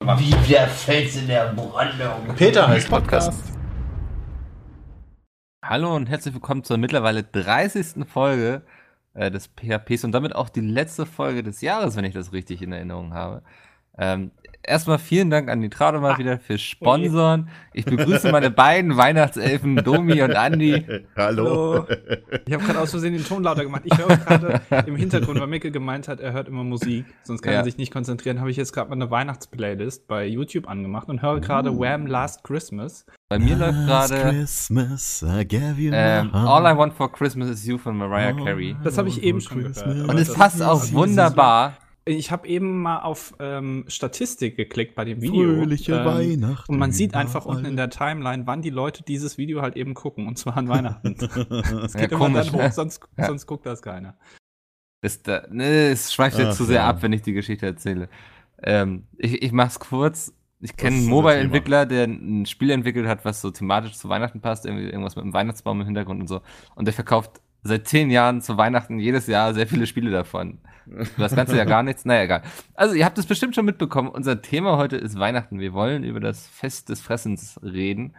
Wie der Fels in der Brandung. Äh, Peter heißt Podcast. Hallo und herzlich willkommen zur mittlerweile 30. Folge äh, des PHPs und damit auch die letzte Folge des Jahres, wenn ich das richtig in Erinnerung habe. Ähm, erstmal vielen Dank an Nitrado mal wieder Ah, für Sponsoren. Ich begrüße meine beiden Weihnachtselfen Domi und Andi. Hallo. Ich habe gerade aus Versehen den Ton lauter gemacht. Ich höre gerade im Hintergrund, weil Micke gemeint hat, er hört immer Musik, sonst kann Ja. er sich nicht konzentrieren, habe ich jetzt gerade meine Weihnachtsplaylist bei YouTube angemacht und höre Mm. gerade Wham Last Christmas. Bei mir läuft gerade Christmas, I gave you ähm, All I Want for Christmas is You von Mariah Carey. Oh, Das habe ich eben schon gehört. aber Und es das- passt auch wunderbar. Ich habe eben mal auf ähm, Statistik geklickt bei dem Video. Fröhliche ähm, Weihnachten. Und man sieht einfach unten in der Timeline, wann die Leute dieses Video halt eben gucken. Und zwar an Weihnachten. Das Ja, geht immer komisch, dann hoch, ne? sonst, Ja. sonst guckt das keiner. Das, da, ne, es schweift Ach, jetzt zu sehr ja. ab, wenn ich die Geschichte erzähle. Ähm, ich, ich mach's kurz. Ich kenne ist einen unser Mobile-Entwickler, der ein Spiel entwickelt hat, was so thematisch zu Weihnachten passt, irgendwie irgendwas mit einem Weihnachtsbaum im Hintergrund und so. Und der verkauft seit zehn Jahren zu Weihnachten jedes Jahr sehr viele Spiele davon. Das Ganze ja gar nichts, naja, egal. Also, ihr habt es bestimmt schon mitbekommen. Unser Thema heute ist Weihnachten. Wir wollen über das Fest des Fressens reden.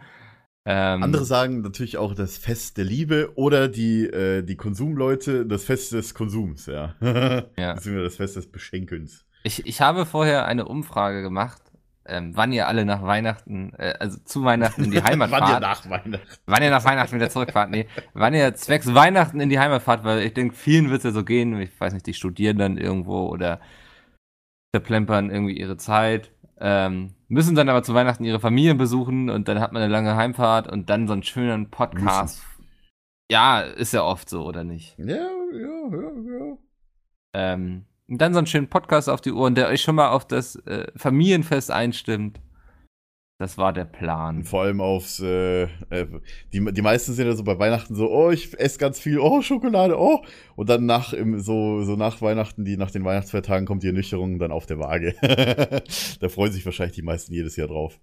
Ähm, Andere sagen natürlich auch das Fest der Liebe oder die, äh, die Konsumleute, das Fest des Konsums, ja. Ja. Beziehungsweise das Fest des Beschenkens. Ich, ich habe vorher eine Umfrage gemacht, ähm, wann ihr alle nach Weihnachten, äh, also zu Weihnachten in die Heimat Wann ihr fahrt. nach Weihnachten. wann ihr nach Weihnachten wieder zurückfahrt, nee. Wann ihr zwecks Weihnachten in die Heimat fahrt, weil ich denke, vielen wird es ja so gehen. Ich weiß nicht, die studieren dann irgendwo oder verplempern irgendwie ihre Zeit. Ähm, müssen dann aber zu Weihnachten ihre Familien besuchen und dann hat man eine lange Heimfahrt und dann so einen schönen Podcast. Ja, ist ja oft so, oder nicht? Ja, ja, ja, ja. Ähm, und dann so einen schönen Podcast auf die Ohren, der euch schon mal auf das äh, Familienfest einstimmt. Das war der Und Plan. vor allem aufs, äh, äh, die, die meisten sind ja so bei Weihnachten so, oh, ich esse ganz viel, oh, Schokolade, oh. Und dann nach, im, so, so nach Weihnachten, die nach den Weihnachtsfeiertagen kommt die Ernüchterung dann auf der Waage. da freuen sich wahrscheinlich die meisten jedes Jahr drauf.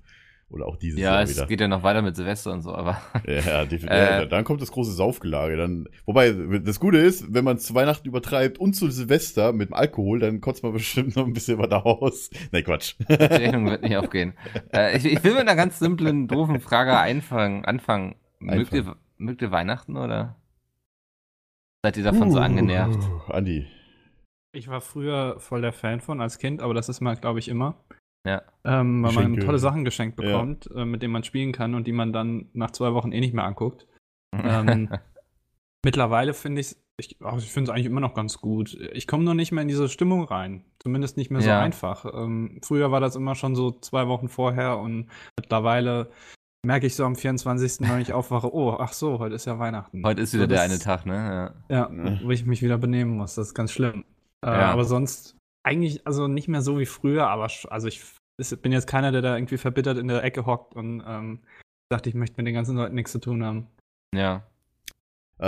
Oder auch dieses Ja, Jahr es wieder. geht ja noch weiter mit Silvester und so, aber Ja, definitiv. Äh. ja, dann kommt das große Saufgelage. Dann, wobei, das Gute ist, wenn man zu Weihnachten übertreibt und zu Silvester mit dem Alkohol, dann kotzt man bestimmt noch ein bisschen was aus. Nee, Quatsch. die Rechnung wird nicht aufgehen. Äh, ich, ich will mit einer ganz simplen, doofen Frage einfangen, anfangen. Mögt ihr, mögt ihr Weihnachten oder? Seid ihr davon so angenervt? Uh, Andi. Ich war früher voll der Fan von als Kind, aber das ist man, glaube ich, immer. Ja. Ähm, weil man Geschenke. tolle Sachen geschenkt Ja. bekommt, äh, mit denen man spielen kann und die man dann nach zwei Wochen eh nicht mehr anguckt. Ähm, mittlerweile finde ich's- ich ach, ich finde es eigentlich immer noch ganz gut. Ich komme nur nicht mehr in diese Stimmung rein. Zumindest nicht mehr so Ja. einfach. Ähm, früher war das immer schon so zwei Wochen vorher und mittlerweile merke ich so am 24., wenn ich aufwache, oh, ach so, heute ist ja Weihnachten. Heute ist wieder so, der das- eine Tag, ne? ja, Ne? wo ich mich wieder benehmen muss. Das ist ganz schlimm. Äh, Ja. Aber sonst eigentlich, also nicht mehr so wie früher, aber sch- also ich f- es- bin jetzt keiner, der da irgendwie verbittert in der Ecke hockt und ähm, sagt, ich möchte mit den ganzen Leuten nichts zu tun haben. Ja. ja.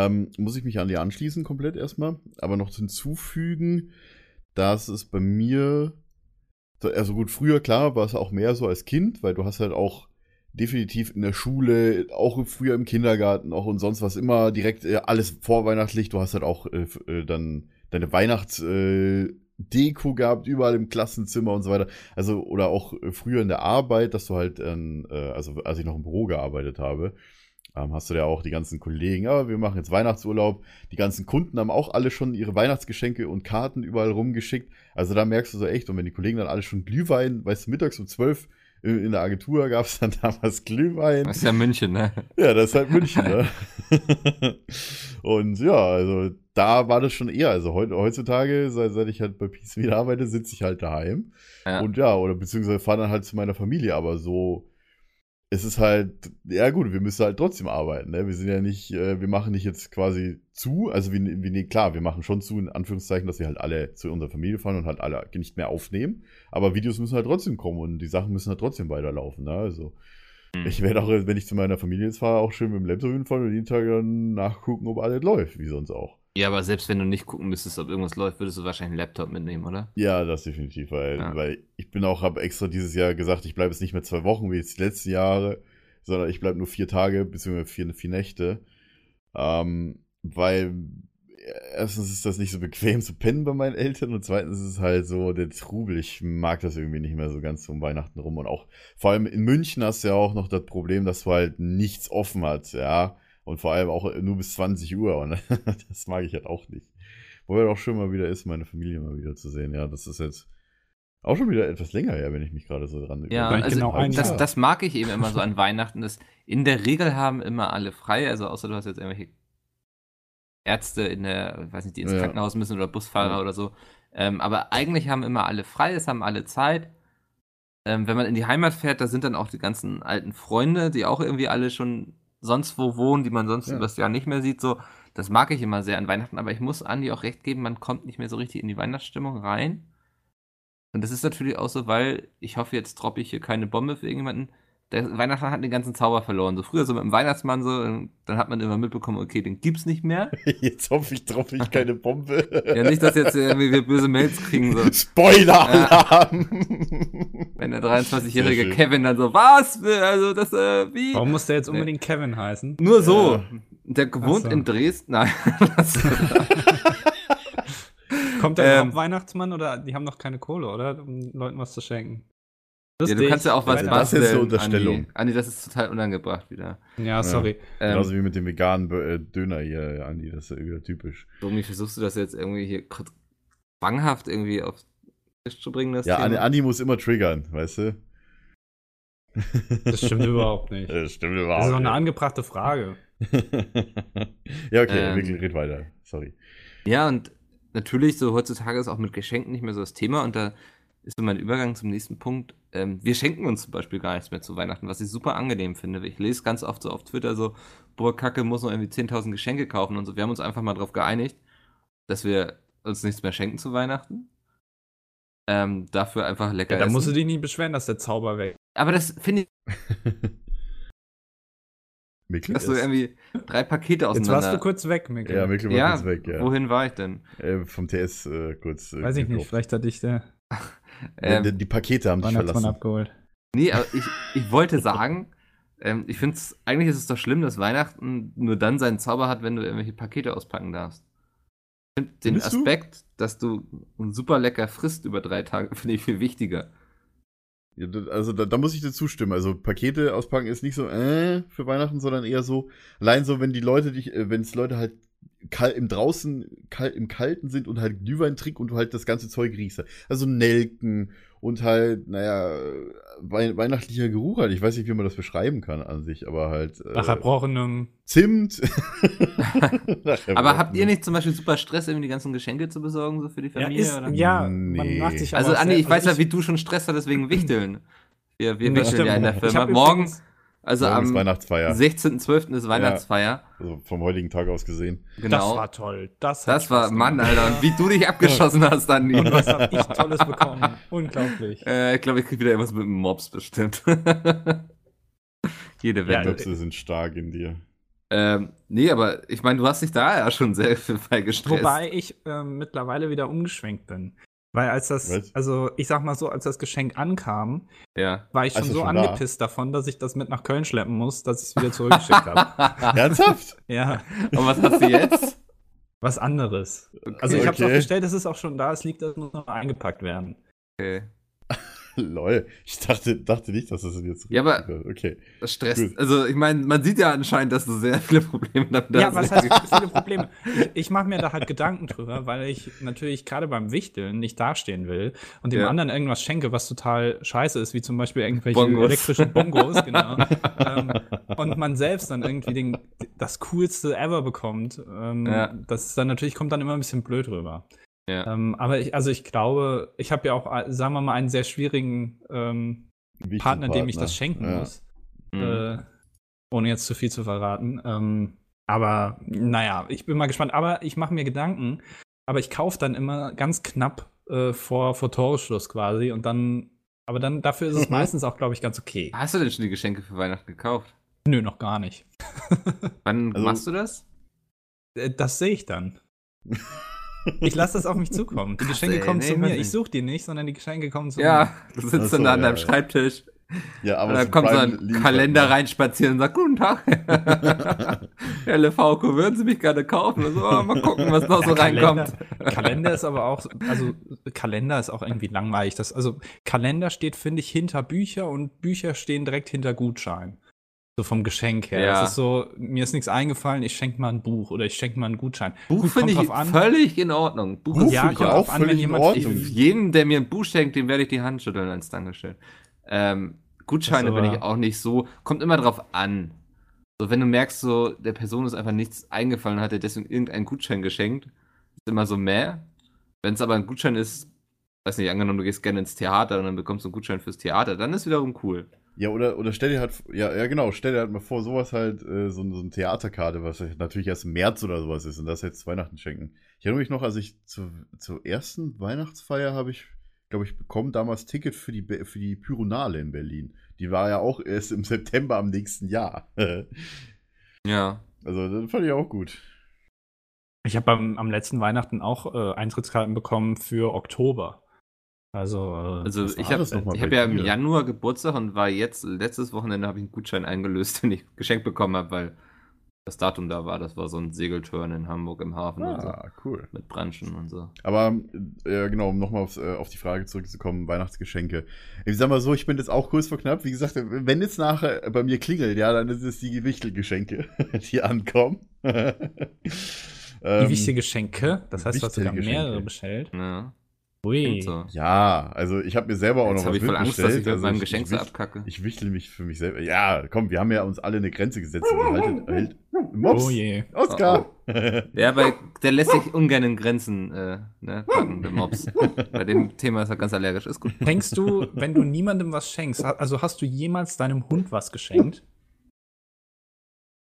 Ähm, muss ich mich an die anschließen, komplett erstmal. Aber noch hinzufügen, dass es bei mir, also gut, früher klar war es auch mehr so als Kind, weil du hast halt auch definitiv in der Schule, auch früher im Kindergarten, auch und sonst was immer direkt äh, alles vorweihnachtlich. Du hast halt auch äh, f- äh, dann deine Weihnachts äh, Deko gehabt, überall im Klassenzimmer und so weiter. Also, oder auch äh, früher in der Arbeit, dass du halt, ähm, äh, also als ich noch im Büro gearbeitet habe, ähm, hast du ja auch die ganzen Kollegen, ja, wir machen jetzt Weihnachtsurlaub. Die ganzen Kunden haben auch alle schon ihre Weihnachtsgeschenke und Karten überall rumgeschickt. Also da merkst du so echt, und wenn die Kollegen dann alle schon Glühwein, weißt du, mittags um zwölf in in der Agentur gab es dann damals Glühwein. Das ist ja München, ne? Ja, das ist halt München, ne? Und ja, also da war das schon eher. Also heu- heutzutage, seit, seit ich halt bei Peace wieder arbeite, sitze ich halt daheim. Ja. Und ja, oder beziehungsweise fahre dann halt zu meiner Familie, aber so. Es ist halt, ja gut, wir müssen halt trotzdem arbeiten, ne? Wir sind ja nicht, äh, wir machen nicht jetzt quasi zu, also wir, wir nee, klar, wir machen schon zu, in Anführungszeichen, dass wir halt alle zu unserer Familie fahren und halt alle nicht mehr aufnehmen. Aber Videos müssen halt trotzdem kommen und die Sachen müssen halt trotzdem weiterlaufen, ne? Also. Ich werde auch, wenn ich zu meiner Familie jetzt fahre, auch schön mit dem Laptop hinfahren und jeden Tag dann nachgucken, ob alles läuft, wie sonst auch. Ja, aber selbst wenn du nicht gucken müsstest, ob irgendwas läuft, würdest du wahrscheinlich einen Laptop mitnehmen, oder? Ja, das definitiv, weil, Ja. weil ich bin auch, habe extra dieses Jahr gesagt, ich bleibe jetzt nicht mehr zwei Wochen wie jetzt die letzten Jahre, sondern ich bleibe nur vier Tage, beziehungsweise vier, vier Nächte. Ähm, weil erstens ist das nicht so bequem zu pennen bei meinen Eltern und zweitens ist es halt so der Trubel. Ich mag das irgendwie nicht mehr so ganz um Weihnachten rum und auch vor allem in München hast du ja auch noch das Problem, dass du halt nichts offen hast, ja. Und vor allem auch nur bis 20 Uhr und das mag ich halt auch nicht. Wobei auch schön mal wieder ist, meine Familie mal wieder zu sehen, ja. Das ist jetzt auch schon wieder etwas länger her, wenn ich mich gerade so dran Ja, Vielleicht also genau ein das, Jahr. das mag ich eben immer so an Weihnachten. Dass in der Regel haben immer alle frei, also außer du hast jetzt irgendwelche Ärzte in der, weiß nicht, die ins Ja. Krankenhaus müssen oder Busfahrer Ja. oder so. Ähm, aber eigentlich haben immer alle frei, es haben alle Zeit. Ähm, wenn man in die Heimat fährt, da sind dann auch die ganzen alten Freunde, die auch irgendwie alle schon sonst wo wohnen, die man sonst Ja. übers Jahr nicht mehr sieht. So, das mag ich immer sehr an Weihnachten, aber ich muss Andi auch recht geben, man kommt nicht mehr so richtig in die Weihnachtsstimmung rein. Und das ist natürlich auch so, weil ich hoffe, jetzt droppe ich hier keine Bombe für irgendjemanden. Der Weihnachtsmann hat den ganzen Zauber verloren. So früher so mit dem Weihnachtsmann so, und dann hat man immer mitbekommen, okay, den gibt's nicht mehr. Jetzt hoffe ich, drauf ich keine Bombe. Ja, nicht, dass jetzt irgendwie wir böse Mails kriegen, also, so. Spoiler-Alarm! Wenn der Sehr 23-jährige schön. Kevin dann so, was? Also, das, äh, wie? Warum muss der jetzt Nee. unbedingt Kevin heißen? Nur so. Ja. Der wohnt Ach so. in Dresden. Nein. Das, Kommt da Ähm. überhaupt Weihnachtsmann oder die haben noch keine Kohle, oder? Um Leuten was zu schenken. ja, du Lustig. kannst ja auch was Weihnachten. Weihnacht- Das ist basteln. eine Unterstellung. Andi. Andi, das ist total unangebracht wieder. Ja, sorry. Ähm, Genauso wie mit dem veganen äh, Döner hier, Andi, das ist ja wieder typisch. Domi, versuchst du das jetzt irgendwie hier kr- zwanghaft irgendwie aufs Tisch zu bringen? Das Ja, Andi, Thema? Andi muss immer triggern, weißt du? Das stimmt überhaupt nicht. Das stimmt Das ist doch überhaupt eine nicht. angebrachte Frage. ja, okay, Ähm. wirklich, red weiter. Sorry. Ja, und natürlich, so heutzutage ist auch mit Geschenken nicht mehr so das Thema und da ist so mein Übergang zum nächsten Punkt. Ähm, wir schenken uns zum Beispiel gar nichts mehr zu Weihnachten, was ich super angenehm finde. Ich lese ganz oft so auf Twitter so, boah, Kacke, muss noch irgendwie 10.000 Geschenke kaufen und so. Wir haben uns einfach mal darauf geeinigt, dass wir uns nichts mehr schenken zu Weihnachten. Ähm, dafür einfach lecker Ja, da essen. musst du dich nicht beschweren, dass der Zauber weg Aber das finde ich, Mikkel? dass du irgendwie drei Pakete Jetzt auseinander... warst du kurz weg, Mikkel. Ja, Mikkel war Ja, kurz weg, ja. Wohin war ich denn? Äh, vom TS äh, kurz. Äh, Weiß ich nicht, geflogen. vielleicht hat dich der Ähm, die, die Pakete haben dich Weihnachtsmann verlassen. abgeholt. Nee, aber ich, ich wollte sagen, ähm, ich finde es, eigentlich ist es doch schlimm, dass Weihnachten nur dann seinen Zauber hat, wenn du irgendwelche Pakete auspacken darfst. Ich finde den Findest du? Aspekt, dass du super lecker frisst über drei Tage, finde ich viel wichtiger. Ja, das- Also da, da muss ich dir zustimmen. Also Pakete auspacken ist nicht so äh, für Weihnachten, sondern eher so, allein so, wenn die Leute dich, äh, wenn es Leute halt kalt im draußen, kalt im Kalten sind und halt Glühwein trinken und du halt das ganze Zeug riechst. Also Nelken und halt, naja, wei weihnachtlicher Geruch halt. Ich weiß nicht, wie man das beschreiben kann an sich, aber halt äh, Nach erbrochenem. Zimt. Aber habt ihr nicht zum Beispiel super Stress, irgendwie die ganzen Geschenke zu besorgen, so für die Ja, Familie? ist, oder? ja Nee. man macht sich also, aber auch Andi, ich sehr- weiß also ja, wie du schon Stress hattest wegen Wichteln. Wir, wir Nee, wichteln ja in der stimmt. Ich Firma. hab Morgen, übrigens- also Morgen ist am Weihnachtsfeier. 16.12. ist Weihnachtsfeier. Also vom heutigen Tag aus gesehen. Genau. Das war toll. Das, hat Das war, Spaß Mann, gemacht. Alter, und wie du dich abgeschossen hast, Andi. Und was hab ich Tolles bekommen? Unglaublich. Äh, ich glaube, ich krieg wieder irgendwas mit dem Mobs bestimmt. Jede Ja, Die Wette. also- Möpse sind stark in dir. ähm, nee, aber ich meine, du hast dich da ja schon sehr viel bei gestresst. Wobei ich ähm, mittlerweile wieder umgeschwenkt bin. Weil als das, Was? also ich sag mal so, als das Geschenk ankam, Ja. war ich schon Also so schon da. angepisst davon, dass ich das mit nach Köln schleppen muss, dass ich es wieder zurückgeschickt habe. Ah. Ernsthaft? Ja, Und was hast du jetzt? was anderes. Also ich Okay. habe es auch bestellt, es ist auch schon da, es liegt, es muss noch eingepackt werden. Okay. Lol, ich dachte, dachte nicht, dass das jetzt Ja, aber- rüberkommt. Okay. Das stresst. Gut. Also, ich meine, man sieht ja anscheinend, dass du sehr viele Probleme damit ja, hast. was heißt viele Probleme? Ich, ich mache mir da halt Gedanken drüber, weil ich natürlich gerade beim Wichteln nicht dastehen will und dem Ja. anderen irgendwas schenke, was total scheiße ist, wie zum Beispiel irgendwelche Bongos. elektrischen Bongos, genau. ähm, und man selbst dann irgendwie den, das coolste ever bekommt. Ähm, Ja. Das ist dann natürlich kommt dann immer ein bisschen blöd rüber. Ja. Ähm, aber ich, also ich glaube, ich habe ja auch, äh, sagen wir mal, einen sehr schwierigen ähm, Wichtig, Partner, dem ich das schenken Ja. muss Mhm. äh, ohne jetzt zu viel zu verraten. Ähm, aber naja, ich bin mal gespannt. Aber ich mache mir Gedanken. Aber ich kaufe dann immer ganz knapp äh, vor, vor Toreschluss quasi. Und dann, aber dann dafür ist es meistens auch, glaube ich, ganz okay. Hast du denn schon die Geschenke für Weihnachten gekauft? Nö, noch gar nicht. Wann Also- machst du das? Äh, Das sehe ich dann. Ich lasse das auf mich zukommen. Die Geschenke ey, kommen nee, zu weiß mir. Ich nicht. suche die nicht, sondern die Geschenke kommen zu mir. Ja, du Ach sitzt so, dann da an ja, deinem ja. Schreibtisch. Ja, aber Und dann so kommt so Prime ein lief Kalender halt mal. reinspazieren und sagt, guten Tag. Herr Lefauco, würden Sie mich gerne kaufen? Und so, ah, mal gucken, was noch so reinkommt. Kalender, Kalender ist aber auch, also Kalender ist auch irgendwie langweilig. Das, also Kalender steht, finde ich, hinter Bücher und Bücher stehen direkt hinter Gutschein. So vom Geschenk her. Ja. Das ist so, mir ist nichts eingefallen, ich schenke mal ein Buch oder ich schenke mal einen Gutschein. Buch Gut, finde kommt ich drauf an. völlig in Ordnung. Buch Buch ist Ja, finde ich völlig in kommt auch drauf an, wenn völlig in jemand- Ordnung. Ich, jeden, der mir ein Buch schenkt, dem werde ich die Hand schütteln als Dankeschön. Ähm, Gutscheine Das ist bin aber- ich auch nicht so. Kommt immer drauf an. So, wenn du merkst, so der Person ist einfach nichts eingefallen und hat, der deswegen irgendeinen Gutschein geschenkt, ist immer so mehr. Wenn es aber ein Gutschein ist, weiß nicht, angenommen, du gehst gerne ins Theater und dann bekommst du einen Gutschein fürs Theater, dann ist wiederum cool. Ja, oder, oder stell dir halt, ja, ja genau, stell dir halt mal vor, sowas halt, äh, so, ein- so eine Theaterkarte, was natürlich erst im März oder sowas ist und das jetzt zu Weihnachten schenken. Ich erinnere mich noch, als ich zu, zur ersten Weihnachtsfeier habe ich, glaube ich, bekommen damals Ticket für die, Be- für die Pyronale in Berlin. Die war ja auch erst im September am nächsten Jahr. also, Ja. das fand ich auch gut. Ich habe am, am letzten Weihnachten auch äh, Eintrittskarten bekommen für Oktober. Also, äh, Also Was war ich habe das noch mal ich bei hab ja im dir? Januar Geburtstag und war jetzt, letztes Wochenende habe ich einen Gutschein eingelöst, den ich geschenkt bekommen habe, weil das Datum da war. Das war so ein Segeltörn in Hamburg im Hafen und so. Ah, cool. Mit Branchen und so. Aber äh, genau, um nochmal aufs, äh, auf die Frage zurückzukommen, Weihnachtsgeschenke. Ich sag mal so, ich bin jetzt auch kurz vor knapp. Wie gesagt, wenn jetzt nachher bei mir klingelt, ja, dann ist es die Wichtelgeschenke, die ankommen. die ähm, wichtigen Geschenke, das heißt, du hast sogar Wichtelgeschenke. mehrere bestellt. Ja, Ui. ne? und so. Ja, also ich habe mir selber auch noch Jetzt was habe ich voll Angst, dass ich mitbestellt. Also mit meinem Geschenk ich, so ich, wichtel- abkacke. ich wichtel mich für mich selber. Ja, komm, wir haben ja uns alle eine Grenze gesetzt. Und haltet, halt, Mops, Oh je. Oskar. Ja, aber der lässt sich ungern in Grenzen äh, ne, packen, der Mops. Bei dem Thema ist er ganz allergisch. Ist gut. Denkst du, wenn du niemandem was schenkst, ha- also hast du jemals deinem Hund was geschenkt?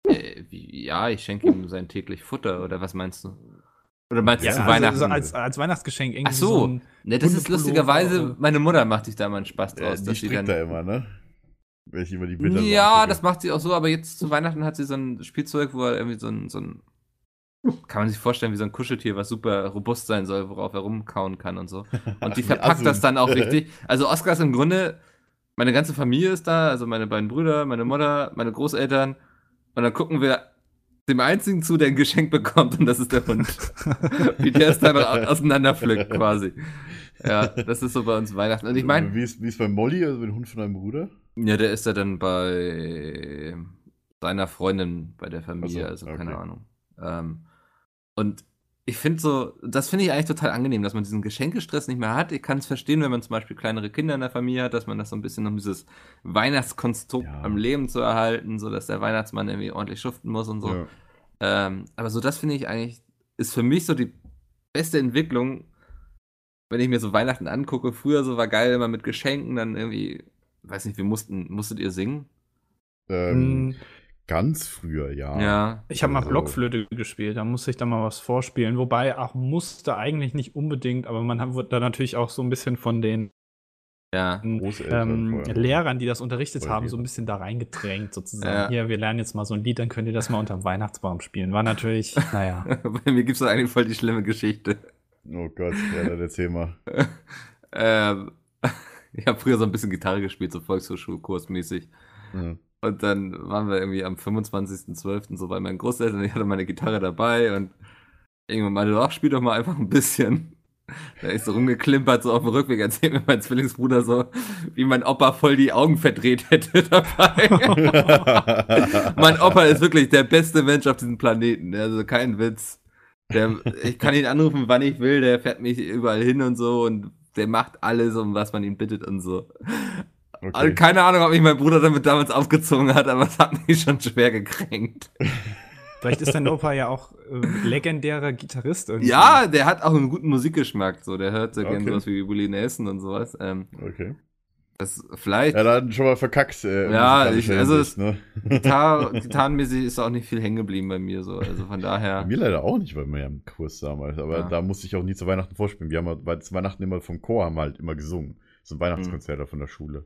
Äh, wie, ja, ich schenke ihm sein täglich Futter, oder was meinst du? Oder meinst du Ja, zu also- Weihnachten? So als, als Weihnachtsgeschenk irgendwie Ach so. ein, ne, das ist Hundepullover lustigerweise, oder- meine Mutter macht sich da mal einen Spaß Äh, draus. die dass sie dann, strickt da immer, ne? Welche über die Bilder so Ja, abwickeln. das macht sie auch so, aber jetzt zu Weihnachten hat sie so ein Spielzeug, wo er irgendwie so ein, so ein. Kann man sich vorstellen, wie so ein Kuscheltier, was super robust sein soll, worauf er rumkauen kann und so. Und die Wie verpackt das Asun. dann auch richtig. Also, Oskar ist im Grunde, meine ganze Familie ist da, also meine beiden Brüder, meine Mutter, meine Großeltern. Und dann gucken wir dem einzigen zu, der ein Geschenk bekommt, und das ist der Hund. wie der es dann au- auseinanderpflückt, quasi. Ja, das ist so bei uns Weihnachten. Und ich meine, Äh, Wie ist, wie ist bei Molly, also den Hund von deinem Bruder? ja, der ist ja dann bei seiner Freundin bei der Familie, Ach so, also keine okay. Ahnung. Ähm, und ich finde so, das finde ich eigentlich total angenehm, dass man diesen Geschenkestress nicht mehr hat. Ich kann es verstehen, wenn man zum Beispiel kleinere Kinder in der Familie hat, dass man das so ein bisschen um dieses Weihnachtskonstrukt Ja. am Leben zu erhalten, so dass der Weihnachtsmann irgendwie ordentlich schuften muss und so. Ja. Ähm, aber so, das finde ich eigentlich, ist für mich so die beste Entwicklung, wenn ich mir so Weihnachten angucke. Früher so war geil immer mit Geschenken, dann irgendwie, weiß nicht, wir mussten, musstet ihr singen? Ähm, Mm, Ganz früher, ja. Ja. Ich habe mal Also- Blockflöte gespielt, da musste ich dann mal was vorspielen. Wobei, ach, musste eigentlich nicht unbedingt, aber man hat- wurde da natürlich auch so ein bisschen von den Ja. ähm, Großeltern. vorher. Lehrern, die das unterrichtet Voll haben, die- so ein bisschen da reingedrängt, sozusagen. Ja. Hier, wir lernen jetzt mal so ein Lied, dann könnt ihr das mal unterm Weihnachtsbaum spielen. War natürlich, naja. Bei mir gibt es da eigentlich voll die schlimme Geschichte. Oh Gott, ja, dann erzähl mal. Ähm, ich habe früher so ein bisschen Gitarre gespielt, so Volkshochschulkursmäßig. Ja. Und dann waren wir irgendwie am 25.12. so bei meinen Großeltern. Ich hatte meine Gitarre dabei und irgendwann meinte, ach, spiel doch mal einfach ein bisschen. Da ist so rumgeklimpert, so auf dem Rückweg. Erzählt mir mein Zwillingsbruder so, wie mein Opa voll die Augen verdreht hätte dabei. mein Opa ist wirklich der beste Mensch auf diesem Planeten. Also kein Witz. Der, ich kann ihn anrufen, wann ich will. Der fährt mich überall hin und so und der macht alles, um was man ihn bittet und so. Also okay. keine Ahnung, ob mich mein Bruder damit damals aufgezogen hat, aber es hat mich schon schwer gekränkt. Vielleicht ist dein Opa ja auch äh, legendärer Gitarrist irgendwie. Ja, der hat auch einen guten Musikgeschmack, so. Der hört sehr gerne Hm. Okay. sowas wie Willie Nelson und sowas. Ähm, okay. das vielleicht Ja, dann schon mal verkackt. Äh, Ja, musikalische ich- also Hinsicht, es- ne? Gitar gitarrenmäßig ist auch nicht viel hängen geblieben bei mir, so. Also von Bei daher. Mir leider auch nicht, weil wir ja im Kurs damals, aber Ja. da musste ich auch nie zu Weihnachten vorspielen. Wir haben halt, weil zu Weihnachten immer vom Chor haben wir halt immer gesungen. So ein Mhm. Weihnachtskonzert da von der Schule.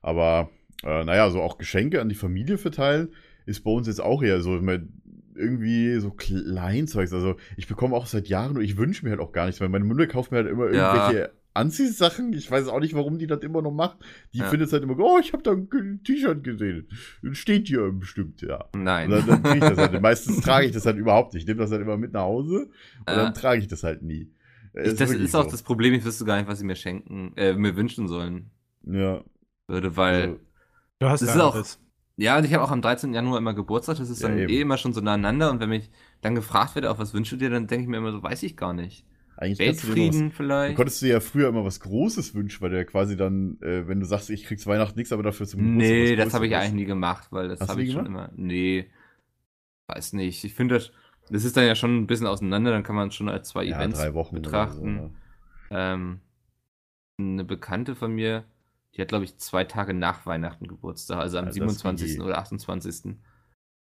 Aber äh, naja, so auch Geschenke an die Familie verteilen ist bei uns jetzt auch eher so ich mein, irgendwie so Kleinzeugs. Also ich bekomme auch seit Jahren und ich wünsche mir halt auch gar nichts, weil meine Mutter kauft mir halt immer Ja. irgendwelche Anziehsachen. Ich weiß auch nicht, warum die das immer noch macht. Die Ja. findet es halt immer, oh, ich habe da ein G- T-Shirt gesehen. Steht hier bestimmt, ja. Und Nein. dann, dann krieg ich das halt. Meistens trage ich das halt überhaupt nicht. Ich nehme das halt immer mit nach Hause und Ja. dann trage ich das halt nie. Ah. Ich, das wirklich ist auch so. das Problem, ich wüsste gar nicht, was sie mir schenken, äh, mir wünschen sollen Ja. würde, weil. Also, Du hast Das ja ist auch- alles. Ja, und ich habe auch am 13. Januar immer Geburtstag, das ist Ja, dann eben. eh immer schon so naheinander und wenn mich dann gefragt wird, auch was wünschst du dir, dann denke ich mir immer so, weiß ich gar nicht. eigentlich kannst du dir noch was- Weltfrieden Du vielleicht? konntest dir ja früher immer was Großes wünschen, weil du ja quasi dann, äh, wenn du sagst, ich krieg's Weihnachten nichts, aber dafür zum Geburtstag. nee, was das habe ich Größeres. eigentlich nie gemacht, weil das Hast du habe nie ich schon immer. Nee, weiß nicht. Ich finde das, das ist dann ja schon ein bisschen auseinander, dann kann man es schon als zwei ja, Events drei Wochen oder betrachten. So, ne? ja. ähm, eine Bekannte von mir, die hat, glaube ich, zwei Tage nach Weihnachten Geburtstag, also am Ja, das ist 27. wie- oder 28.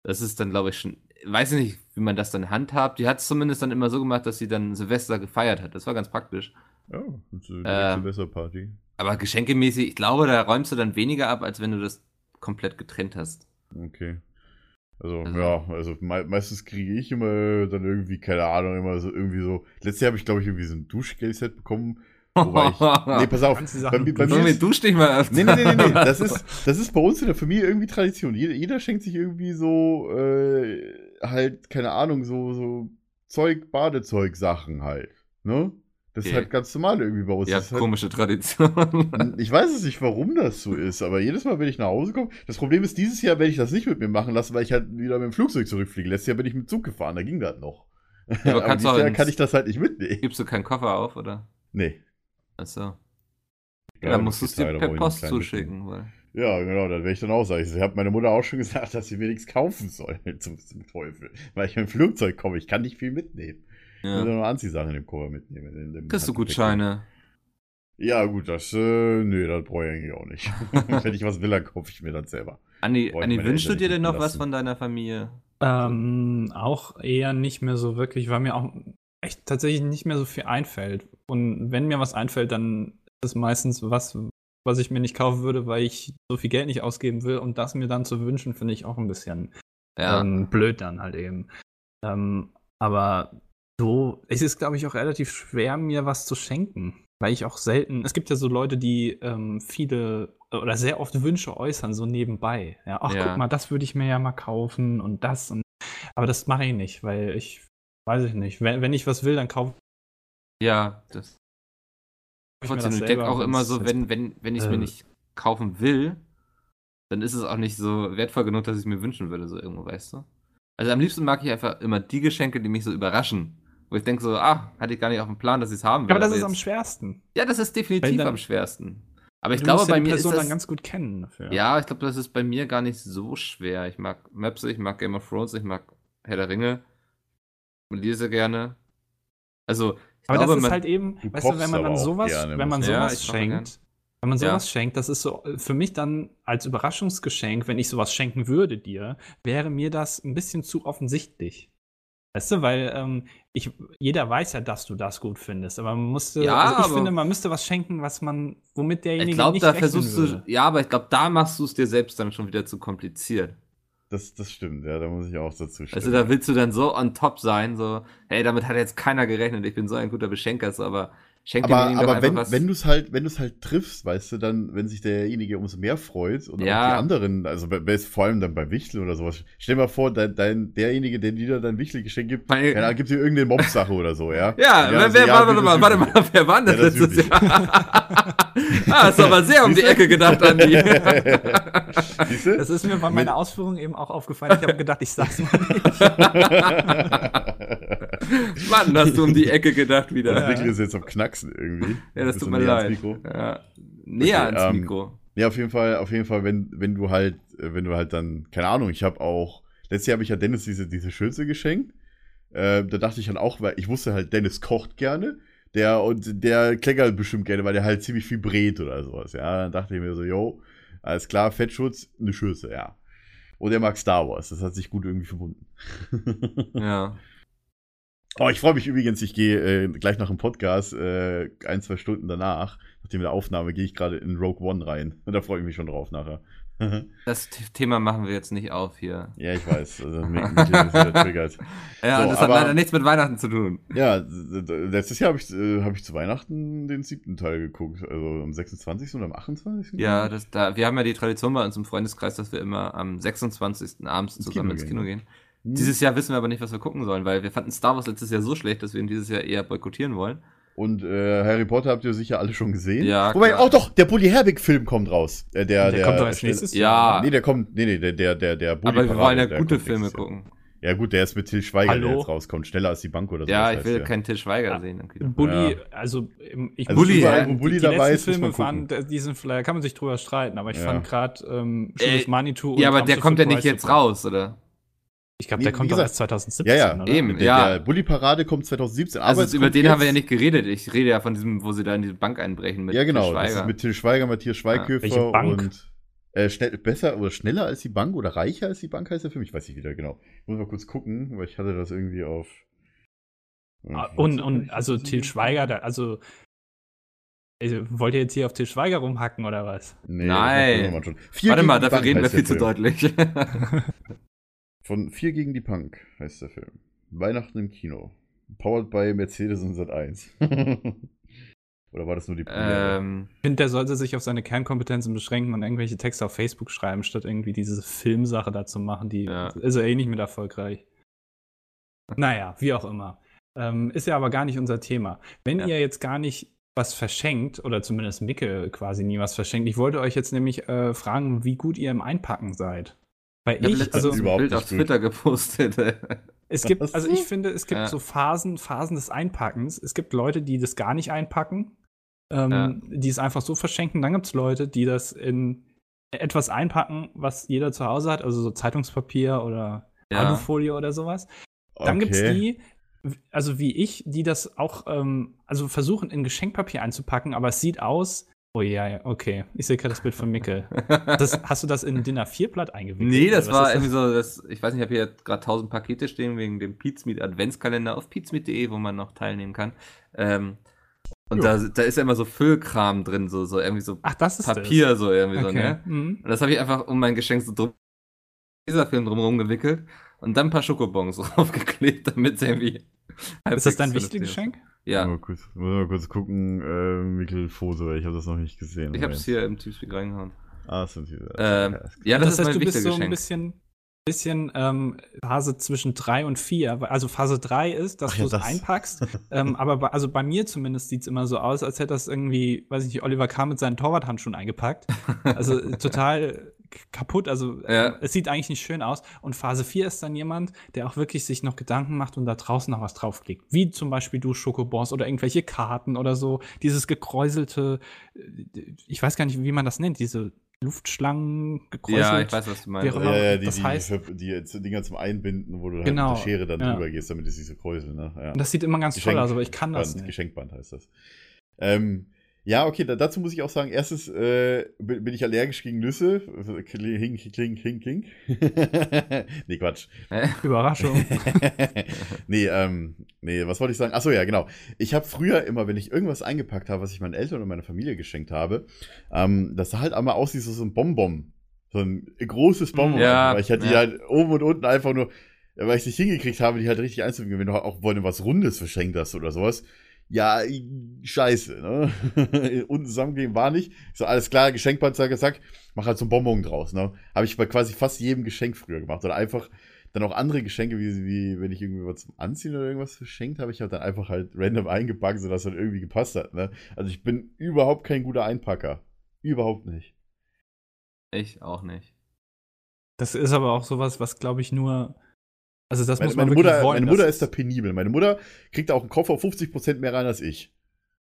Das ist dann, glaube ich, schon, weiß ich nicht, wie man das dann handhabt. Die hat es zumindest dann immer so gemacht, dass sie dann Silvester gefeiert hat. Das war ganz praktisch. Ja, und so Ähm, eine Silvesterparty. Aber geschenkemäßig, ich glaube, da räumst du dann weniger ab, als wenn du das komplett getrennt hast. Okay. Also, Also- ja, also mei- meistens kriege ich immer dann irgendwie, keine Ahnung, immer so irgendwie so. Letztes Jahr habe ich, glaube ich, irgendwie so ein Duschgel-Set bekommen. Wobei ich. Nee, pass auf. Ganze Bei, Sachen. mi- bei mir Junge, ist, dusch dich mal öfter. nee, nee, nee, nee, nee. Das ist, das ist bei uns in der Familie irgendwie Tradition. Jeder, jeder schenkt sich irgendwie so, äh, halt, keine Ahnung, so, so Zeug, Badezeug-Sachen halt. Ne? Das ist Okay. halt ganz normal irgendwie bei uns. Ja, das ist halt komische Tradition. Ich weiß es nicht, warum das so ist, aber jedes Mal, wenn ich nach Hause komme, das Problem ist, dieses Jahr werde ich das nicht mit mir machen lassen, weil ich halt wieder mit dem Flugzeug zurückfliege. Letztes Jahr bin ich mit dem Zug gefahren, da ging das noch. aber aber kannst du dieses auch Jahr ins- kann ich das halt nicht mitnehmen. Gibst du keinen Koffer auf, oder? Nee. Achso. Ja, dann musst du es dir Teile per brauche ich Post noch klein zuschicken, weil. mitnehmen. Ja, genau, dann werde ich dann auch sagen. Ich habe meiner Mutter auch schon gesagt, dass sie mir nichts kaufen soll, zum, zum Teufel. Weil ich mit dem Flugzeug komme, ich kann nicht viel mitnehmen. Ich Ja. muss nur Anziehsachen im Koffer mitnehmen. in dem Kriegst du Handgepäck. Gutscheine. Ja, gut, das, äh, nee, das brauche ich eigentlich auch nicht. wenn ich was will, dann kaufe ich mir das selber. Andi, Brauch ich Andi meine wünschst du Eltern dir nicht denn noch was mitlassen. von deiner Familie? Ähm, auch eher nicht mehr so wirklich, weil mir auch echt tatsächlich nicht mehr so viel einfällt. Und wenn mir was einfällt, dann ist es meistens was, was ich mir nicht kaufen würde, weil ich so viel Geld nicht ausgeben will. Und das mir dann zu wünschen, finde ich auch ein bisschen Ja. ähm, blöd dann halt eben. Ähm, aber so, es ist, glaube ich, auch relativ schwer, mir was zu schenken. Weil ich auch selten, es gibt ja so Leute, die ähm, viele äh, oder sehr oft Wünsche äußern, so nebenbei. Ja, ach, Ja. guck mal, das würde ich mir ja mal kaufen und das und. Aber das mache ich nicht, weil ich, weiß ich nicht, wenn, wenn ich was will, dann kaufe ja, das ich mir trotzdem. das Ich selber. denke auch immer Das- so, halt, wenn, wenn, wenn ich es Äh. mir nicht kaufen will, dann ist es auch nicht so wertvoll genug, dass ich es mir wünschen würde, so irgendwo, weißt du? Also am liebsten mag ich einfach immer die Geschenke, die mich so überraschen. Wo ich denke so, ah, hatte ich gar nicht auf dem Plan, dass ich es haben will. Aber das ist am jetzt- schwersten. Ja, das ist definitiv Weil dann- am schwersten. Aber ich Du glaube, musst ja bei die mir ist Person das, dann ganz gut kennen dafür. Ja, ich glaube, das ist bei mir gar nicht so schwer. Ich mag Maps, ich mag Game of Thrones, ich mag Herr der Ringe und lese gerne. Also, ich Aber glaube, das ist man, halt eben, Du weißt du, wenn kochst man aber dann auch sowas, gerne, wenn man muss man- Ja, sowas ich koche schenkt, wenn man Ja. sowas schenkt, das ist so äh, für mich dann als Überraschungsgeschenk, wenn ich sowas schenken würde dir, wäre mir das ein bisschen zu offensichtlich. Weißt du, weil ähm, ich, jeder weiß ja, dass du das gut findest, aber man musste, Ja, also ich aber- finde, man müsste was schenken, was man, womit derjenige ich glaube, nicht da rechnen versuchst du, würde. ja, aber ich glaube, da machst du es dir selbst dann schon wieder zu kompliziert. Das, das stimmt, ja, da muss ich auch dazu stimmen. Also, da willst du dann so on top sein, so, hey, damit hat jetzt keiner gerechnet, ich bin so ein guter Beschenker, so, aber schenk aber ihm aber wenn, was. wenn du es halt, wenn du es halt triffst, weißt du, dann, wenn sich derjenige umso mehr freut und Ja. auch die anderen, also bei, bei, vor allem dann bei Wichtel oder sowas. Stell dir mal vor, dein, dein, derjenige, der dir dann dein Wichtelgeschenk gibt, Weil- ja, gibt dir irgendeine Mob-Sache oder so, ja. Und ja, wer, dann so, wer, warte, das mal, warte mal, übliche. wer war denn Ja, das das letztes Übliche. Jahr? ah, ist aber sehr um die Ecke gedacht, Andi. Siehst du? Das ist mir bei Mit- meiner Ausführung eben auch aufgefallen. Ich habe gedacht, ich sag's mal nicht. Mann, hast du um die Ecke gedacht wieder. Das Ja, Also Wichtel ist jetzt am Knacksen irgendwie. das Bist tut du mir näher ans leid. Mikro? Ja. Näher Okay, ans ähm, Mikro. Ja, auf jeden Fall, auf jeden Fall, wenn, wenn du halt, äh, wenn du halt dann, keine Ahnung, ich habe auch, letztes Jahr habe ich ja Dennis diese, diese Schürze geschenkt. Ähm, da dachte ich dann auch, weil ich wusste halt, Dennis kocht gerne. Der und der kleckert bestimmt gerne, weil der halt ziemlich viel brät oder sowas. Ja, dann dachte ich mir so, yo, alles klar, Fettschutz, eine Schürze, ja. Und er mag Star Wars, das hat sich gut irgendwie verbunden. Ja. Oh, ich freue mich übrigens, ich gehe äh, gleich nach dem Podcast, äh, ein, zwei Stunden danach, nachdem der Aufnahme, gehe ich gerade in Rogue One rein. Und da freue ich mich schon drauf nachher. Das T- Thema machen wir jetzt nicht auf hier. ja, ich weiß. Also, mich, mich ist das wieder triggert. Ja, So, und das hat aber- leider nichts mit Weihnachten zu tun. Ja, d- d- letztes Jahr habe ich, äh, hab ich zu Weihnachten den siebten Teil geguckt. Also am 26. oder am 28. Ja, das, da, wir haben ja die Tradition bei uns im Freundeskreis, dass wir immer am 26. abends Ins zusammen Kino ins gehen, Kino ne? gehen. Hm. Dieses Jahr wissen wir aber nicht, was wir gucken sollen, weil wir fanden Star Wars letztes Jahr so schlecht, dass wir ihn dieses Jahr eher boykottieren wollen. Und äh, Harry Potter habt ihr sicher alle schon gesehen. Ja, Wobei, klar. auch doch, der Bully Herbig-Film kommt raus. Äh, der, der, kommt doch als nächstes Ja, Nee, der kommt. Nee, nee, der, der, der, der Bully aber wir Parade, wollen ja der gute kommt Filme nächstes Jahr. gucken. Ja, gut, der ist mit Till Schweiger, der Hallo? jetzt rauskommt. Schneller als die Bank oder so. Ja, das ich heißt will der. keinen Til Schweiger Ja. sehen im Kino. Bulli, Ja. also ähm, ich Also Bulli, überall, wo Bulli die, die dabei letzten ist, muss man Filme gucken. waren, da- die sind, vielleicht- da kann man sich drüber streiten, aber ich Ja. fand gerade ähm, Äh, Schönes Manitou Ja, aber Ramsey der kommt ja Food nicht Rice jetzt super. raus, oder? Ich glaube, Nee, der wie kommt doch gesagt. erst 2017, Ja, ja, oder? Eben, der, ja. der Bully Parade kommt 2017. also aber es über kommt den haben wir ja jetzt- nicht geredet. Ich rede ja von diesem, wo sie da in die Bank einbrechen mit ja, genau. Til Das ist Schweiger. Ah, mit Till Schweiger, Matthias Schweighöfer Welche Bank? und äh, schnell, besser oder schneller als die Bank oder reicher als die Bank heißt der Film. Ich weiß nicht wieder genau. Muss mal kurz gucken, weil ich hatte das irgendwie auf. Ah, Und, und also Til Schweiger, da, also äh, wollt ihr jetzt hier auf Til Schweiger rumhacken oder was? Nee, Nein. das macht man schon. Vier Warte gegen mal, die dafür Bank reden wir heißt viel der zu Film. deutlich. Von Vier gegen die Punk heißt der Film. Weihnachten im Kino. Powered by Mercedes und Sat 1. Oder war das nur die Premiere? ähm, Ich finde, der sollte sich auf seine Kernkompetenzen beschränken und irgendwelche Texte auf Facebook schreiben, statt irgendwie diese Filmsache da zu machen, die Ja. ist ja eh nicht mit erfolgreich. Naja, wie auch immer. Ähm, ist ja aber gar nicht unser Thema. Wenn Ja. ihr jetzt gar nicht was verschenkt, oder zumindest Micke quasi nie was verschenkt, ich wollte euch jetzt nämlich äh, fragen, wie gut ihr im Einpacken seid. Weil ich habe ich, letztens also ein überhaupt Bild nicht auf gut. Twitter gepostet. es gibt, Was? also ich finde, es gibt Ja. so Phasen, Phasen des Einpackens. Es gibt Leute, die das gar nicht einpacken, ähm, Ja. die es einfach so verschenken. Dann gibt es Leute, die das in etwas einpacken, was jeder zu Hause hat, also so Zeitungspapier oder Ja. Alufolie oder sowas. Dann gibt es die, also wie ich, die das auch, ähm, also versuchen in Geschenkpapier einzupacken, aber es sieht aus, oh ja, ja okay, ich sehe gerade das Bild von Mickel. Das, hast du das in DIN A4-Blatt eingewickelt? Nee, das Oder was war ist irgendwie so, das, ich weiß nicht, ich habe hier gerade 1000 Pakete stehen wegen dem Pizmeet Adventskalender auf pizmeet.de, wo man noch teilnehmen kann. Ähm, und da, da ist ja immer so Füllkram drin, so, so irgendwie so Ach, das ist Papier, so irgendwie Das. so, Okay. ne? Mhm. Und das habe ich einfach um mein Geschenk so drum, dieser Film drumherum gewickelt und dann ein paar Schokobons draufgeklebt, damit es irgendwie. Ist das dein halbwegs wichtiges vernünftig ist. Geschenk? Ja. Ja, Mal kurz, muss mal kurz gucken, äh, Mikkel Fose, weil ich habe das noch nicht gesehen. ich habe es hier im Teamspeak reingehauen. Ah, das sind diese. Ähm, ja, ist- ja, das, ist heißt, mein du bist wichtiges so Geschenk. ein bisschen, bisschen ähm, Phase zwischen 3 und 4. Also Phase 3 ist, dass Ach du ja, es das. einpackst. ähm, aber bei, also bei mir zumindest sieht es immer so aus, als hätte das irgendwie, weiß ich nicht, Oliver K. mit seinen Torwarthandschuhen eingepackt. Also äh, total k- kaputt. Also äh, Ja. es sieht eigentlich nicht schön aus. Und Phase 4 ist dann jemand, der auch wirklich sich noch Gedanken macht und da draußen noch was draufklickt. Wie zum Beispiel du Schokobons oder irgendwelche Karten oder so. Dieses gekräuselte, äh, ich weiß gar nicht, wie man das nennt, diese Luftschlangen gekräuselt. ja, ich weiß, was du meinst. Wäre- ja, ja, die, das die, heißt- die, die Dinger zum Einbinden, wo du halt Genau, mit der Schere dann ja. drüber gehst, damit es sich so kräuselt. Ne? Ja. Und das sieht immer ganz Geschenk- Äh, toll aus, also, aber ich kann das Band, nicht. Geschenkband heißt das. Ähm, ja, okay, da, dazu muss ich auch sagen, erstens äh, bin bin ich allergisch gegen Nüsse. Kling, kling, kling, kling. nee, Quatsch. Überraschung. nee, ähm, nee, was wollte ich sagen? Achso, ja, genau. Ich habe früher immer, wenn ich irgendwas eingepackt habe, was ich meinen Eltern und meiner Familie geschenkt habe, ähm, das sah halt einmal aus wie so so ein Bonbon. So ein großes Bonbon. Mhm. Ja, weil ich hatte die ja. halt oben und unten einfach nur, weil ich es nicht hingekriegt habe, die halt richtig einzufügen. Wenn du auch wollen was Rundes verschenkt hast oder sowas. Ja, scheiße, ne? Unten zusammengehen war nicht. Ich so, alles klar, Geschenkband, zack, zack, mach halt so ein Bonbon draus, ne? Habe ich bei quasi fast jedem Geschenk früher gemacht. Oder einfach dann auch andere Geschenke, wie, wie wenn ich irgendwie was zum Anziehen oder irgendwas verschenkt habe, ich habe dann einfach halt random eingepackt, sodass dann irgendwie gepasst hat. Ne? Also ich bin überhaupt kein guter Einpacker. Überhaupt nicht. Ich auch nicht. Das ist aber auch sowas, was glaube ich nur. Also das Meine, muss man meine, wirklich Mutter, wollen. meine Mutter dass- ist da penibel. Meine Mutter kriegt auch einen Koffer 50% mehr rein als ich.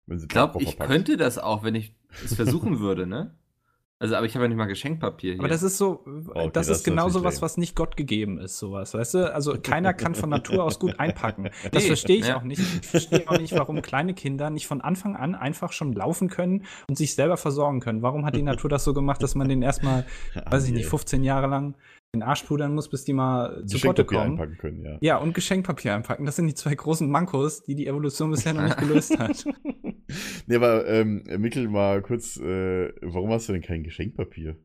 Wenn sie Ich glaube, Koffer ich packt. könnte das auch, wenn ich es versuchen würde, ne? Also, aber ich habe ja nicht mal Geschenkpapier hier. Aber das ist so, okay, das, das ist ist genau natürlich sowas, lame. was nicht Gott gegeben ist, sowas, weißt du? Also keiner kann von Natur aus gut einpacken. Das Nee, verstehe ich ja. auch nicht. Ich verstehe auch nicht, warum kleine Kinder nicht von Anfang an einfach schon laufen können und sich selber versorgen können. Warum hat die Natur das so gemacht, dass man den erstmal, weiß ich nicht, 15 Jahre lang den Arsch pudern muss, bis die mal zu Potte Geschenkpapier kommen? einpacken können, ja. Ja, und Geschenkpapier einpacken. Das sind die zwei großen Mankos, die die Evolution bisher noch nicht gelöst hat. Nee, aber ähm, Mikkel, mal kurz, äh, warum hast du denn kein Geschenkpapier?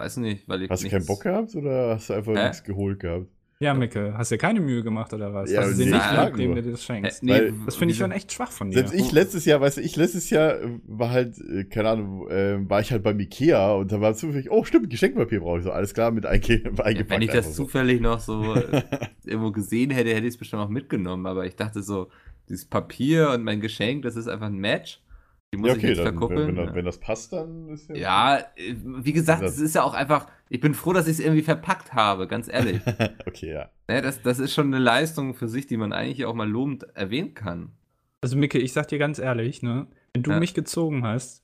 weiß nicht, weil ich Hast du nichts- keinen Bock gehabt oder hast du einfach Hä? nichts geholt gehabt? Ja, Micke, hast dir keine Mühe gemacht oder was? Ja, hast du nee, dir ich nicht frag lieb, dem nur. du das Äh, schenkst? nee, Weil- Das finde ich wieso- schon echt schwach von dir. Selbst ich letztes Jahr, weißt du, ich letztes Jahr äh, war halt, äh, keine Ahnung, äh, war ich halt beim Ikea und da war zufällig, oh stimmt, Geschenkpapier brauche ich so, alles klar, mit einge eingepackt. Wenn ich einfach das so. zufällig noch so äh, irgendwo gesehen hätte, hätte ich es bestimmt auch mitgenommen. Aber ich dachte so, dieses Papier und mein Geschenk, das ist einfach ein Match. Die muss ja, ich okay, jetzt dann, verkuppeln. wenn, wenn, wenn das passt, dann ist ja, äh, wie gesagt, es ist ja auch einfach, ich bin froh, dass ich es irgendwie verpackt habe, ganz ehrlich. okay, ja. ne, das, das ist schon eine Leistung für sich, die man eigentlich auch mal lobend erwähnen kann. Also, Micke, ich sag dir ganz ehrlich, ne? Wenn du Ja. mich gezogen hast,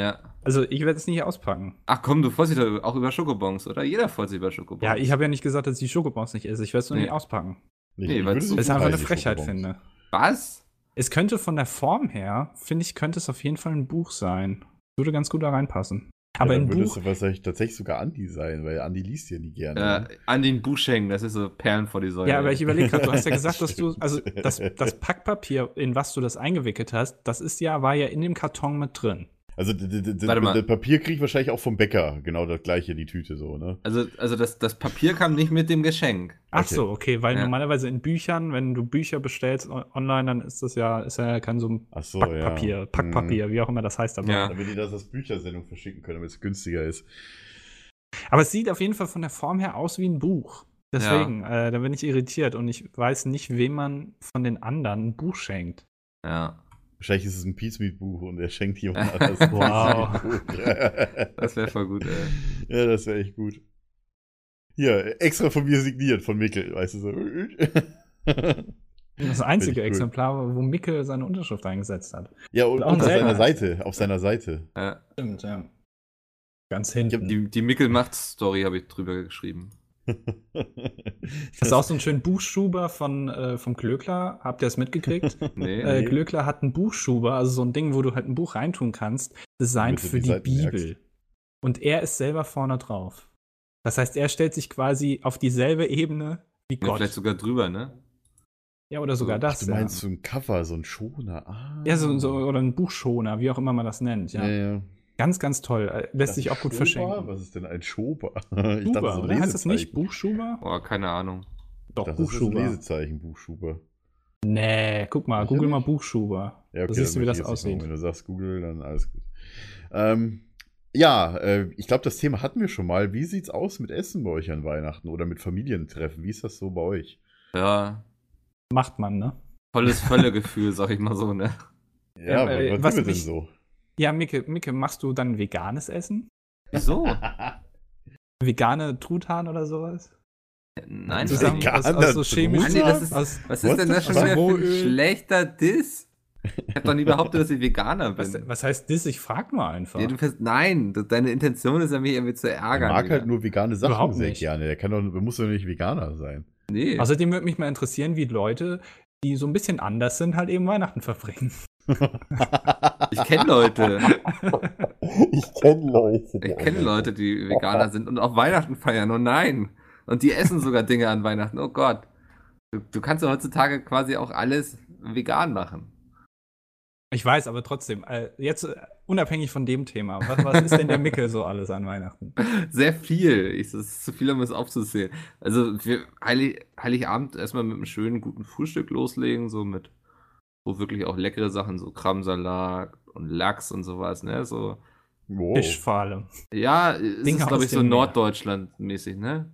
Ja. also ich werde es nicht auspacken. Ach komm, du freust dich doch auch über Schokobons, oder? Jeder freut sich über Schokobons. Ja, ich habe ja nicht gesagt, dass ich die Schokobons nicht esse. Ich werde es nur Nee. nicht auspacken. Ich, Nee, ich weil würde es so Das ist einfach eine preisig Frechheit, Schokobons. finde. Was? Es könnte von der Form her, finde ich, könnte es auf jeden Fall ein Buch sein. Würde ganz gut da reinpassen. Aber ja, ein dann Buch. würdest du wahrscheinlich tatsächlich sogar Andi sein, weil Andi liest ja nie gerne. Äh, an den Buschengen, das ist so Perlen vor die Säule. Ja, aber ich überlege gerade, du hast ja gesagt, dass du, also Stimmt. das, das Packpapier, in was du das eingewickelt hast, das ist ja, war ja in dem Karton mit drin. Also d- d- d- Warte mal. das Papier kriege ich wahrscheinlich auch vom Bäcker, genau das gleiche, die Tüte so, ne? Also, also das, das Papier kam nicht mit dem Geschenk. Ach Okay. so, okay, weil Ja. normalerweise in Büchern, wenn du Bücher bestellst o- online, dann ist das ja, ist ja kein so ein Ach so, Packpapier, ja. Mhm. Packpapier, wie auch immer das heißt. Aber. Ja. Damit die das als Büchersendung verschicken können, damit es günstiger ist. aber es sieht auf jeden Fall von der Form her aus wie ein Buch. Deswegen, äh, da bin ich irritiert und ich weiß nicht, wem man von den anderen ein Buch schenkt. Ja, Wahrscheinlich ist es ein Pizmeat-Buch und er schenkt jemand anders. Wow. Wow. das wäre voll gut, ey. ja, das wäre echt gut. Hier, extra von mir signiert, von Mikkel, weißt du so. Das einzige cool. Exemplar, wo Micke seine Unterschrift eingesetzt hat. ja, und, Auch und auf selber. seiner Seite, auf seiner Seite. Ja. Stimmt, ja. Ganz hinten. Die, die Mickel-Macht-Story habe ich drüber geschrieben. Das ist auch so ein schönen Buchschuber von, äh, vom Klöckler. Habt ihr das mitgekriegt? Nee. äh, Nee. Glöckler hat einen Buchschuber, also so ein Ding, wo du halt ein Buch reintun kannst, designt Damit du für die die, Seiten Bibel. merkst. Und er ist selber vorne drauf. Das heißt, er stellt sich quasi auf dieselbe Ebene wie Ja, Gott. vielleicht sogar drüber, ne? ja, oder sogar Ach, das. du meinst ja. so ein Cover, so ein Schoner. Ah. ja, so, so, oder ein Buchschoner, wie auch immer man das nennt. Ja. ja, ja. Ganz, ganz toll. Äh, Lässt sich auch gut verschenken. Was ist denn ein Schober? Ich Schuber, oder? Heißt das nicht? Lesezeichen. Buchschuber? Oh, keine Ahnung. Doch, Das ist ein Buchschuber. Lesezeichen, Buchschuber. Nee, guck mal, Sicher google mal nicht? Buchschuber. Ja, da siehst du, dann wie möchte ich jetzt nicht das machen. aussieht. Wenn du sagst Google, dann alles gut. Ähm, ja, äh, ich glaube, das Thema hatten wir schon mal. Wie sieht's aus mit Essen bei euch an Weihnachten oder mit Familientreffen? Wie ist das so bei euch? Ja, Macht man, ne? volles Völlegefühl, sag ich mal so, ne? Ja, äh, was, was was sind wir denn mich- so? Ja, Micke, Micke, machst du dann veganes Essen? Wieso? vegane Truthahn oder sowas? Nein, Sie Mann. sagen- Veganer aus, aus so chemisch. Andi, das ist- aus, was What ist denn the das schon fuck? wieder für ein Rohöl. schlechter Diss? Ich hab doch nie behauptet, dass ich Veganer was, bin. was heißt das? Ich frag mal einfach. Jedenfalls, nein, de- deine Intention ist ja, mich irgendwie zu Er ärgern. mag wieder. halt nur vegane Sachen Überhaupt sehr nicht. gerne. Der kann doch, der muss doch nicht Veganer sein. Nee. Außerdem würde mich mal interessieren, wie Leute, die so ein bisschen anders sind, halt eben Weihnachten verbringen. Ich kenne Leute. Ich kenne Leute. Ich kenne Leute, die Veganer sind und auch Weihnachten feiern. Oh nein. Und die essen sogar Dinge an Weihnachten. Oh Gott. Du, du kannst ja heutzutage quasi auch alles vegan machen. Ich weiß, aber trotzdem, äh, jetzt äh, unabhängig von dem Thema, was, was ist denn der Mickel so alles an Weihnachten? Sehr viel. Ich, das ist zu viel, um es aufzuzählen. Also wir Heilig, Heiligabend erstmal mit einem schönen, guten Frühstück loslegen, so mit, wo wirklich auch leckere Sachen, so Kramsalat und Lachs und sowas, ne? So. Wow. Fischfahle. Ja, es Dinge ist, glaube aus ich, so dem Meer. Norddeutschland-mäßig, ne?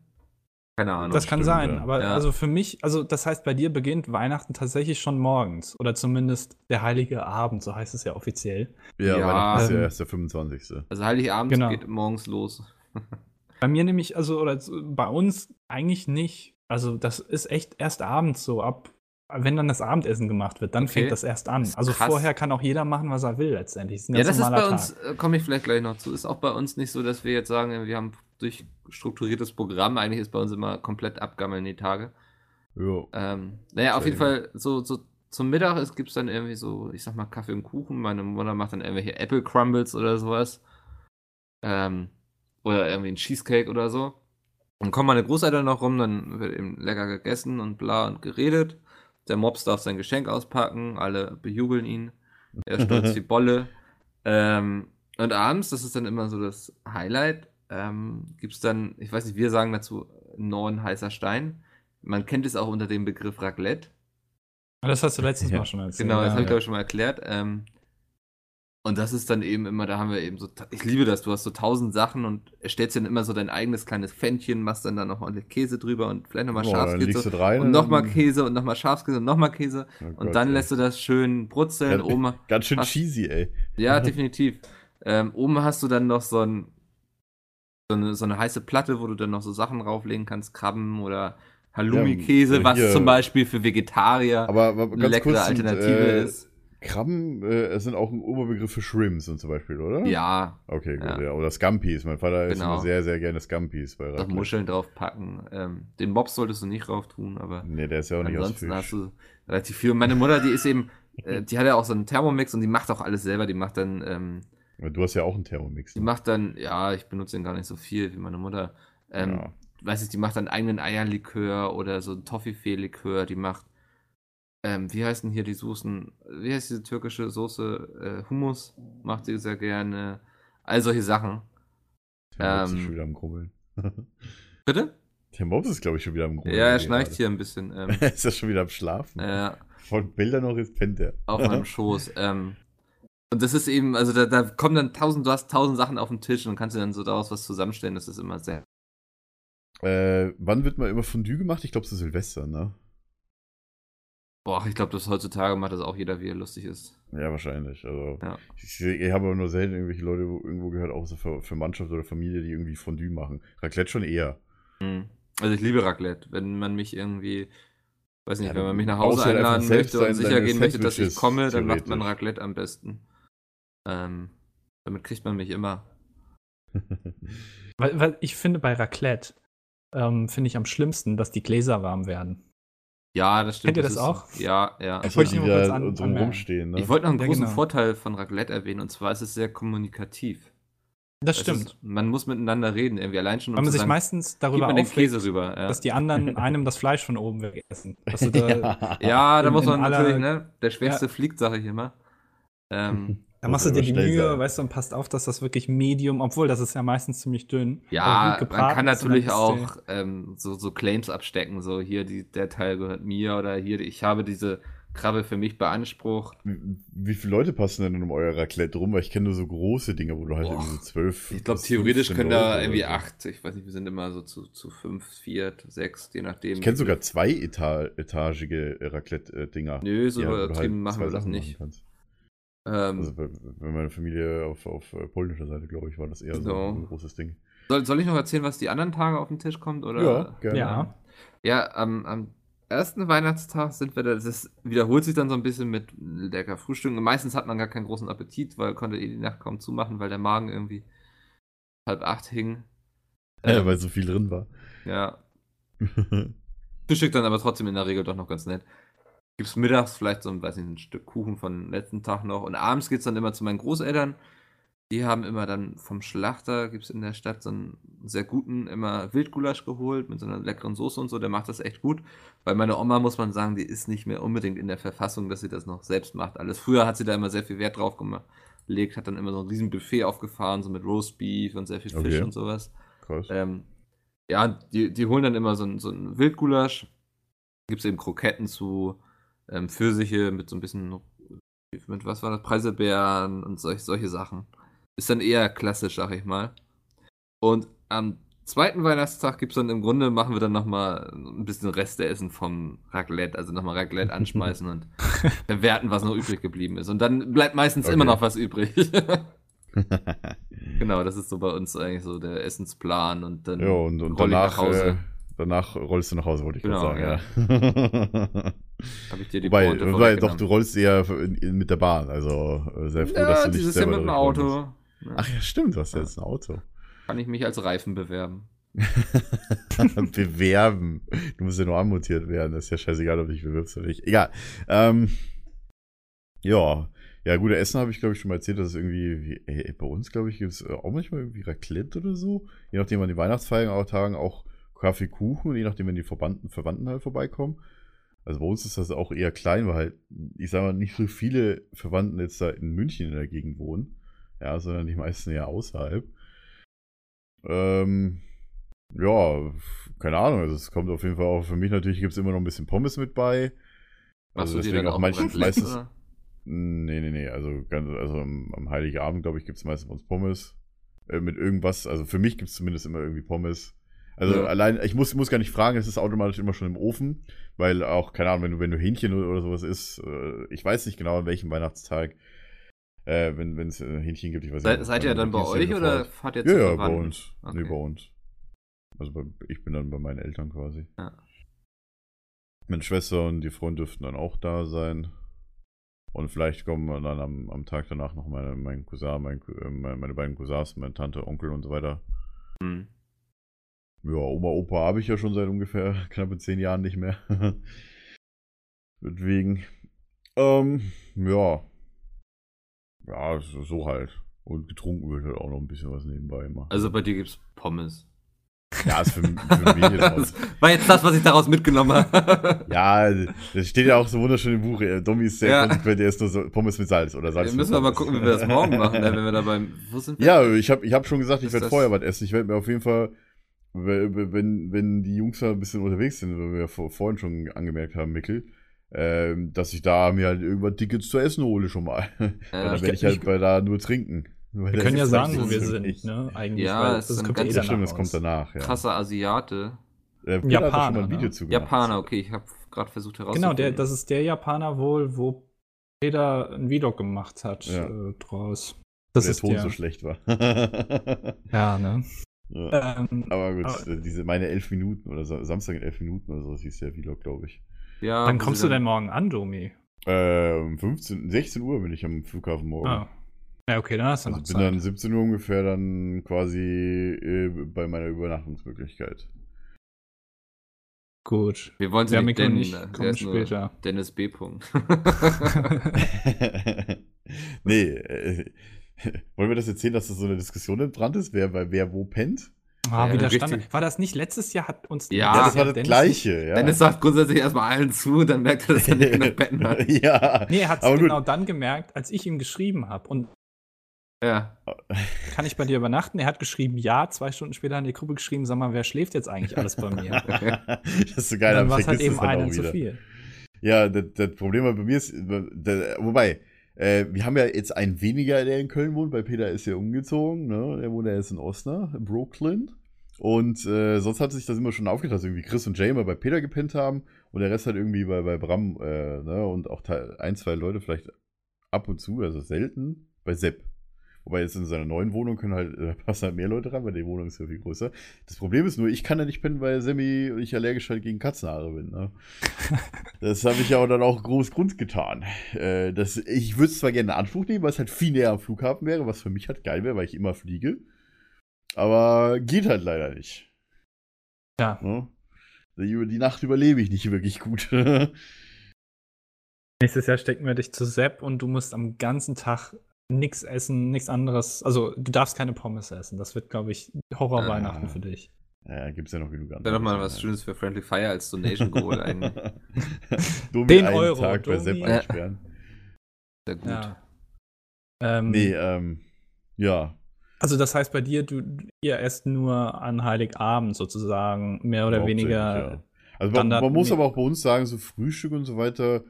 Keine Ahnung. Das kann stimmt, sein, ja. aber Ja. also für mich, also das heißt, bei dir beginnt Weihnachten tatsächlich schon morgens oder zumindest der heilige Abend, so heißt es ja offiziell. Ja, Ja, Weihnachten ist ja ähm, erst der 25. also Heiligabend Genau. geht morgens los. Bei mir nämlich, also, oder z- bei uns eigentlich nicht. Also, das ist echt erst abends so, ab wenn dann das Abendessen gemacht wird, dann Okay. fängt das erst an. Ist Also krass. vorher kann auch jeder machen, was er will letztendlich. ein Ja, ganz das ist bei normaler uns, äh, komme ich vielleicht gleich noch zu, ist auch bei uns nicht so, dass wir jetzt sagen, wir haben durch strukturiertes Programm, eigentlich ist bei uns immer komplett abgammeln die Tage. Ja. Ähm, naja, auf Sehr jeden Fall, so, so zum Mittag es gibt's dann irgendwie so, ich sag mal, Kaffee und Kuchen. Meine Mutter macht dann irgendwelche Apple Crumbles oder sowas. Ähm, oder irgendwie ein Cheesecake oder so. Dann kommen meine Großeltern noch rum, dann wird eben lecker gegessen und bla und geredet. Der Mops darf sein Geschenk auspacken, alle bejubeln ihn. Er stürzt die Bolle. Ähm, und abends, das ist dann immer so das Highlight, ähm, gibt es dann, ich weiß nicht, wir sagen dazu im Norden heißer Stein. Man kennt es auch unter dem Begriff Raclette. Tag. Das hast du letztes Ja. Mal schon erzählt. Genau, das ja. habe ich glaube ich schon mal erklärt. Ähm, und das ist dann eben immer, da haben wir eben so, ta- ich liebe das, du hast so tausend Sachen und erstellst dir dann immer so dein eigenes kleines Fändchen, machst dann da noch ordentlich Käse drüber und vielleicht nochmal Boah, Oh, dann legst Schafskäse du rein und nochmal dann- Käse und nochmal Schafskäse und nochmal Käse Oh und Gott, dann ey. lässt du das schön brutzeln, Ja, oben Ganz schön Hast- cheesy, ey. Ja, definitiv. Ähm, oben hast du dann noch so, ein, so, eine, so eine heiße Platte, wo du dann noch so Sachen rauflegen kannst, Krabben oder Halloumi-Käse, Ja, was hier- zum Beispiel für Vegetarier Aber, aber eine ganz leckere kurz, sind, Alternative äh, ist. Krabben äh, sind auch ein Oberbegriff für Shrimps und zum Beispiel, oder? Ja, Okay, gut, Ja. ja. Oder Scampies. Mein Vater isst Genau. immer sehr, sehr gerne Scampies bei noch Raclette. Muscheln draufpacken. Ähm, den Mops solltest du nicht rauf tun, aber Nee, der ist ja auch nicht aus ansonsten Fisch. hast du relativ viel. Und meine Mutter, die ist eben, äh, die hat ja auch so einen Thermomix und die macht auch alles selber. Die macht dann ähm, Du, hast ja auch einen Thermomix. Die ne? macht dann, ja, ich benutze den gar nicht so viel wie meine Mutter. Ähm, Ja. Weiß ich, die macht dann eigenen Eierlikör oder so ein Toffifee-Likör. Die macht, ähm, wie heißen hier die Soßen? Wie heißt diese türkische Soße? Äh, Hummus macht sie sehr gerne. All solche Sachen. Der Mops ähm, ist schon wieder am Grummeln. Bitte? der Mops ist, glaube ich, schon wieder am Grummeln. ja, er Nee, schnarcht gerade. hier ein bisschen. Ähm, ist er schon wieder am Schlafen? äh, Von Bildern noch jetzt pennt er. auf meinem Schoß. Ähm, und das ist eben, also da, da kommen dann tausend, du hast tausend Sachen auf dem Tisch und kannst dir dann so daraus was zusammenstellen. Das ist immer sehr. Äh, wann wird mal immer Fondue gemacht? Ich glaube, zu Silvester, ne? Boah, ich glaube, das heutzutage macht das auch jeder, wie er lustig ist. Ja, wahrscheinlich. Also, Ja. ich, ich habe aber nur selten irgendwelche Leute wo- irgendwo gehört, auch so für, für Mannschaft oder Familie, die irgendwie Fondue machen. Raclette schon eher. Mhm. Also ich liebe Raclette. Wenn man mich irgendwie, weiß nicht, Ja, wenn man mich nach du Hause brauchst halt einfach einladen selbst möchte und dein- sicher deine gehen möchte, dass ich Sandwiches, komme, dann macht man theoretisch. Raclette am besten. Ähm, damit kriegt man mich immer. Weil, weil ich finde bei Raclette, ähm, finde ich am schlimmsten, dass die Gläser warm werden. Ja, das stimmt. Kennt ihr das ist- auch? Ja, ja. Ich Also, wollte die nur kurz da an- uns anmerken. rumstehen, ne? Ich wollte noch einen Ja, großen genau. Vorteil von Raclette erwähnen, und zwar ist es sehr kommunikativ. Das Es stimmt. Ist, man muss miteinander reden, irgendwie allein schon um Weil man zu sich sagen, meistens gib darüber mir den aufregt, Käse rüber. Ja, dass die anderen einem das Fleisch von oben wegessen. Dass du da, ja also da in- muss in man aller- natürlich, ne? Der Schwächste fliegt, sage ich immer. Ähm, Da machst du dir die Schnell Mühe, sein. weißt du, und passt auf, dass das wirklich Medium, obwohl das ist ja meistens ziemlich dünn. aber Ja, gut man gebraten kann ist und dann natürlich ist auch ähm, so, so Claims abstecken, so hier, die, der Teil gehört mir oder hier, ich habe diese Krabbe für mich beansprucht. Wie wie viele Leute passen denn um euer Raclette rum? Weil ich kenne nur so große Dinge, wo du halt Boah. irgendwie so zwölf. Ich glaube, bis theoretisch 15 können Leute da oder irgendwie so. acht, ich weiß nicht, wir sind immer so zu, zu fünf, vier, sechs, je nachdem. Ich kenne sogar zwei Eta etagige Raclette-Dinger. Nö, so die halt- wo du halt übertrieben machen zwei wir das Sachen machen nicht. kannst. Ähm, Also bei, bei meiner Familie auf, auf äh, polnischer Seite, glaube ich, war das eher So. so ein großes Ding. soll, soll ich noch erzählen, was die anderen Tage auf den Tisch kommt? Oder? Ja, gerne. Ja, am, am ersten Weihnachtstag sind wir da, das wiederholt sich dann so ein bisschen mit lecker Frühstück. Und meistens hat man gar keinen großen Appetit, weil konnte eh die Nacht kaum zumachen, weil der Magen irgendwie halb acht hing. Äh, Ähm, Ja, weil so viel drin war. Ja. Frühstück dann aber trotzdem in der Regel doch noch ganz nett. Gibt's mittags vielleicht so ein, weiß nicht, ein Stück Kuchen von letzten Tag noch. Und abends geht's dann immer zu meinen Großeltern. Die haben immer dann vom Schlachter, gibt's in der Stadt so einen sehr guten, immer Wildgulasch geholt mit so einer leckeren Soße und so. Der macht das echt gut. Weil meine Oma, muss man sagen, die ist nicht mehr unbedingt in der Verfassung, dass sie das noch selbst macht. Alles früher hat sie da immer sehr viel Wert drauf gelegt, hat dann immer so ein riesen Buffet aufgefahren, so mit Roastbeef und sehr viel Fisch Okay. und sowas. Krass. Ähm, ja, die, die holen dann immer so ein, so ein Wildgulasch. Gibt es eben Kroketten zu, ähm, Pfirsiche mit so ein bisschen, mit was war das, Preiselbeeren und solch, solche Sachen. Ist dann eher klassisch, sag ich mal. Und am zweiten Weihnachtstag gibt es dann im Grunde, machen wir dann nochmal ein bisschen Resteessen vom Raclette, also nochmal Raclette anschmeißen und bewerten, was noch übrig geblieben ist. Und dann bleibt meistens Okay. immer noch was übrig. genau, das ist so bei uns eigentlich so der Essensplan und dann ja, und, und roll ich danach, nach Hause. äh, Danach rollst du nach Hause, wollte ich Genau, gerade sagen. Ja. Habe ich dir die Wobei, Pointe wobei doch, vorweggenommen. du rollst eher in, in, mit der Bahn. Also äh, sehr froh, dass Ja, du nicht dieses selber Jahr mit dem drin gekommen bist. Auto. Ja, Ach ja, stimmt, du hast ja jetzt ein Auto. Kann ich mich als Reifen bewerben. Bewerben. Du musst ja nur anmutiert werden. Das ist ja scheißegal, ob du dich bewirbst oder nicht. Egal. Ähm, ja. Ja, gut, Essen habe ich, glaube ich, schon mal erzählt, dass es irgendwie, wie, ey, bei uns, glaube ich, gibt es auch manchmal irgendwie Raclette oder so. Je nachdem, an den Weihnachtsfeiern auch Tagen auch Kaffeekuchen, je nachdem, wenn die Verwandten, Verwandten halt vorbeikommen. Also bei uns ist das auch eher klein, weil halt, ich sage mal, nicht so viele Verwandten jetzt da in München in der Gegend wohnen. Ja, sondern die meisten ja außerhalb. Ähm, ja, keine Ahnung. Also es kommt auf jeden Fall auch für mich natürlich gibt es immer noch ein bisschen Pommes mit bei. Machst Also du dir deswegen dann auch auch manchmal Raclette, meistens. oder? Nee, nee, nee. Also, ganz, also am, am Heiligabend, glaube ich, gibt es meistens bei uns Pommes. Äh, mit irgendwas. Also für mich gibt es zumindest immer irgendwie Pommes. Also Ja. allein, ich muss, muss gar nicht fragen, es ist automatisch immer schon im Ofen, weil auch, keine Ahnung, wenn du, wenn du Hähnchen oder sowas isst, äh, ich weiß nicht genau, an welchem Weihnachtstag, äh, wenn wenn es äh, Hähnchen gibt, ich weiß Seid, nicht. seid ihr dann bei euch oder fahrt ihr zu Ja, ja, bei Verwandten? uns. Nee, Okay. bei uns. Also bei, ich bin dann bei meinen Eltern quasi. Ja. Meine Schwester und die Freunde dürften dann auch da sein. Und vielleicht kommen dann am, am Tag danach noch meine, mein Cousin, mein, Cou- äh, meine, meine beiden Cousins, meine Tante, Onkel und so weiter. Hm. Ja, Oma, Opa habe ich ja schon seit ungefähr knappe zehn Jahren nicht mehr. Deswegen. Ähm, ja. Ja, so so halt. Und getrunken wird halt auch noch ein bisschen was nebenbei immer. Also bei dir gibt's Pommes. Ja, ist für, für mich jetzt auch. Das war jetzt das, was ich daraus mitgenommen habe. Ja, das steht ja auch so wunderschön im Buch. äh, Domi ist sehr Ja. konsequent, der ist nur so Pommes mit Salz oder Salz. Dann mit müssen wir mal Pommes. gucken, wie wir das morgen machen, ne, wenn wir dabei. Wo sind wir? Ja, ich habe ich hab schon gesagt, ich Ist werde das- vorher was essen. Ich werde mir auf jeden Fall, wenn, wenn- wenn die Jungs da ein bisschen unterwegs sind, weil wir ja vor, vorhin schon angemerkt haben, Mickel, ähm, dass ich da mir halt irgendwann Tickets zu essen hole schon mal. Weil Ja, dann ich werde kann- ich halt ich- bei da nur trinken. Weil Wir das können ja ist sagen, halt wo wir so sind, nicht- ne? Eigentlich. Ja, weil es ist ein Das ganz- ist danach stimmt, das kommt danach, ja. Krasser Asiate. Äh, Peter hat doch schon Japaner, mal ein Video ne? zu gemacht. Japaner, okay, ich habe gerade versucht herauszufinden. Genau, der, das ist der Japaner wohl, wo Peter ein Vlog gemacht hat Ja. äh, draus. Das Das der ist Ton der. so schlecht war. ja, ne? ja. Ähm, Aber gut, äh, Aber- diese meine elf Minuten oder Sa- Samstag in elf Minuten oder so, das hieß der Vlog, glaube ich. ja, wann wo kommst sie du denn morgen an, Domi? Ähm, 15, 16 Uhr bin ich am Flughafen Oh. morgen. Ah. Ja, okay, dann hast du also noch bin Zeit. dann 17 Uhr ungefähr dann quasi äh, bei meiner Übernachtungsmöglichkeit. Gut. Wir wollen sie Ja, nicht Mikro nennen. nicht. ne? Der Kommt ist nur später. Dennis B. Punkt. nee, äh, wollen wir das erzählen, dass das so eine Diskussion entbrannt ist, wer bei wer wo pennt? Ah, Ja, wieder richtig. Standard. War das nicht letztes Jahr hat uns Ja, ja, letztes das war Jahr das Dennis gleiche, ja. Dennis sagt grundsätzlich erstmal allen zu, dann merkt er, dass er nicht genug Betten hat. ja. Nicht, nee, er hat Aber es gut. genau dann gemerkt, als ich ihm geschrieben habe. Und Ja. kann ich bei dir übernachten? Er hat geschrieben, ja. Zwei Stunden später hat die Gruppe geschrieben, sag mal, wer schläft jetzt eigentlich alles bei mir? das ist so geil, dann aber war es halt vergisst eben es dann einer auch zu wieder. viel. Ja, das, das Problem bei mir ist, äh, da- wobei, äh, wir haben ja jetzt einen weniger, der in Köln wohnt, weil Peter ist ja umgezogen, ne? Der wohnt ja jetzt in Osnabrück, in Brooklyn. Und äh, sonst hat sich das immer schon aufgeteilt, dass irgendwie Chris und Jay mal bei Peter gepennt haben und der Rest halt irgendwie bei, bei Bram äh, ne? und auch te- ein, zwei Leute vielleicht ab und zu, also selten, bei Sepp. Wobei jetzt in seiner neuen Wohnung können halt, äh, passen halt mehr Leute rein, weil die Wohnung ist ja viel größer. Das Problem ist nur, ich kann da nicht pennen, weil Sammy und ich allergisch halt gegen Katzenhaare bin. Ne? Das habe ich ja auch dann auch groß Grund getan. Äh, das, ich würde es zwar gerne in Anspruch nehmen, weil es halt viel näher am Flughafen wäre, was für mich halt geil wäre, weil ich immer fliege. Aber geht halt leider nicht. Ja. Ne? Die, über- die Nacht überlebe ich nicht wirklich gut. Nächstes Jahr stecken wir dich zu Sepp und du musst am ganzen Tag nichts essen, nichts anderes. Also, du darfst keine Pommes essen. Das wird, glaube ich, Horrorweihnachten Ah. für dich. ja, gibt's ja noch genug andere. Wäre doch mal was Schönes für Friendly Fire als Donation geholt eigentlich. Domi Den einen Euro, Tag bei Sepp Domi. einsperren. Sehr gut. Ja. Ähm, Nee, ähm, ja. Also, das heißt bei dir, du, ihr esst nur an Heiligabend sozusagen, mehr oder Hauptsächlich, weniger. ja. Also man, Standard- man muss nee. aber auch bei uns sagen, so Frühstück und so weiter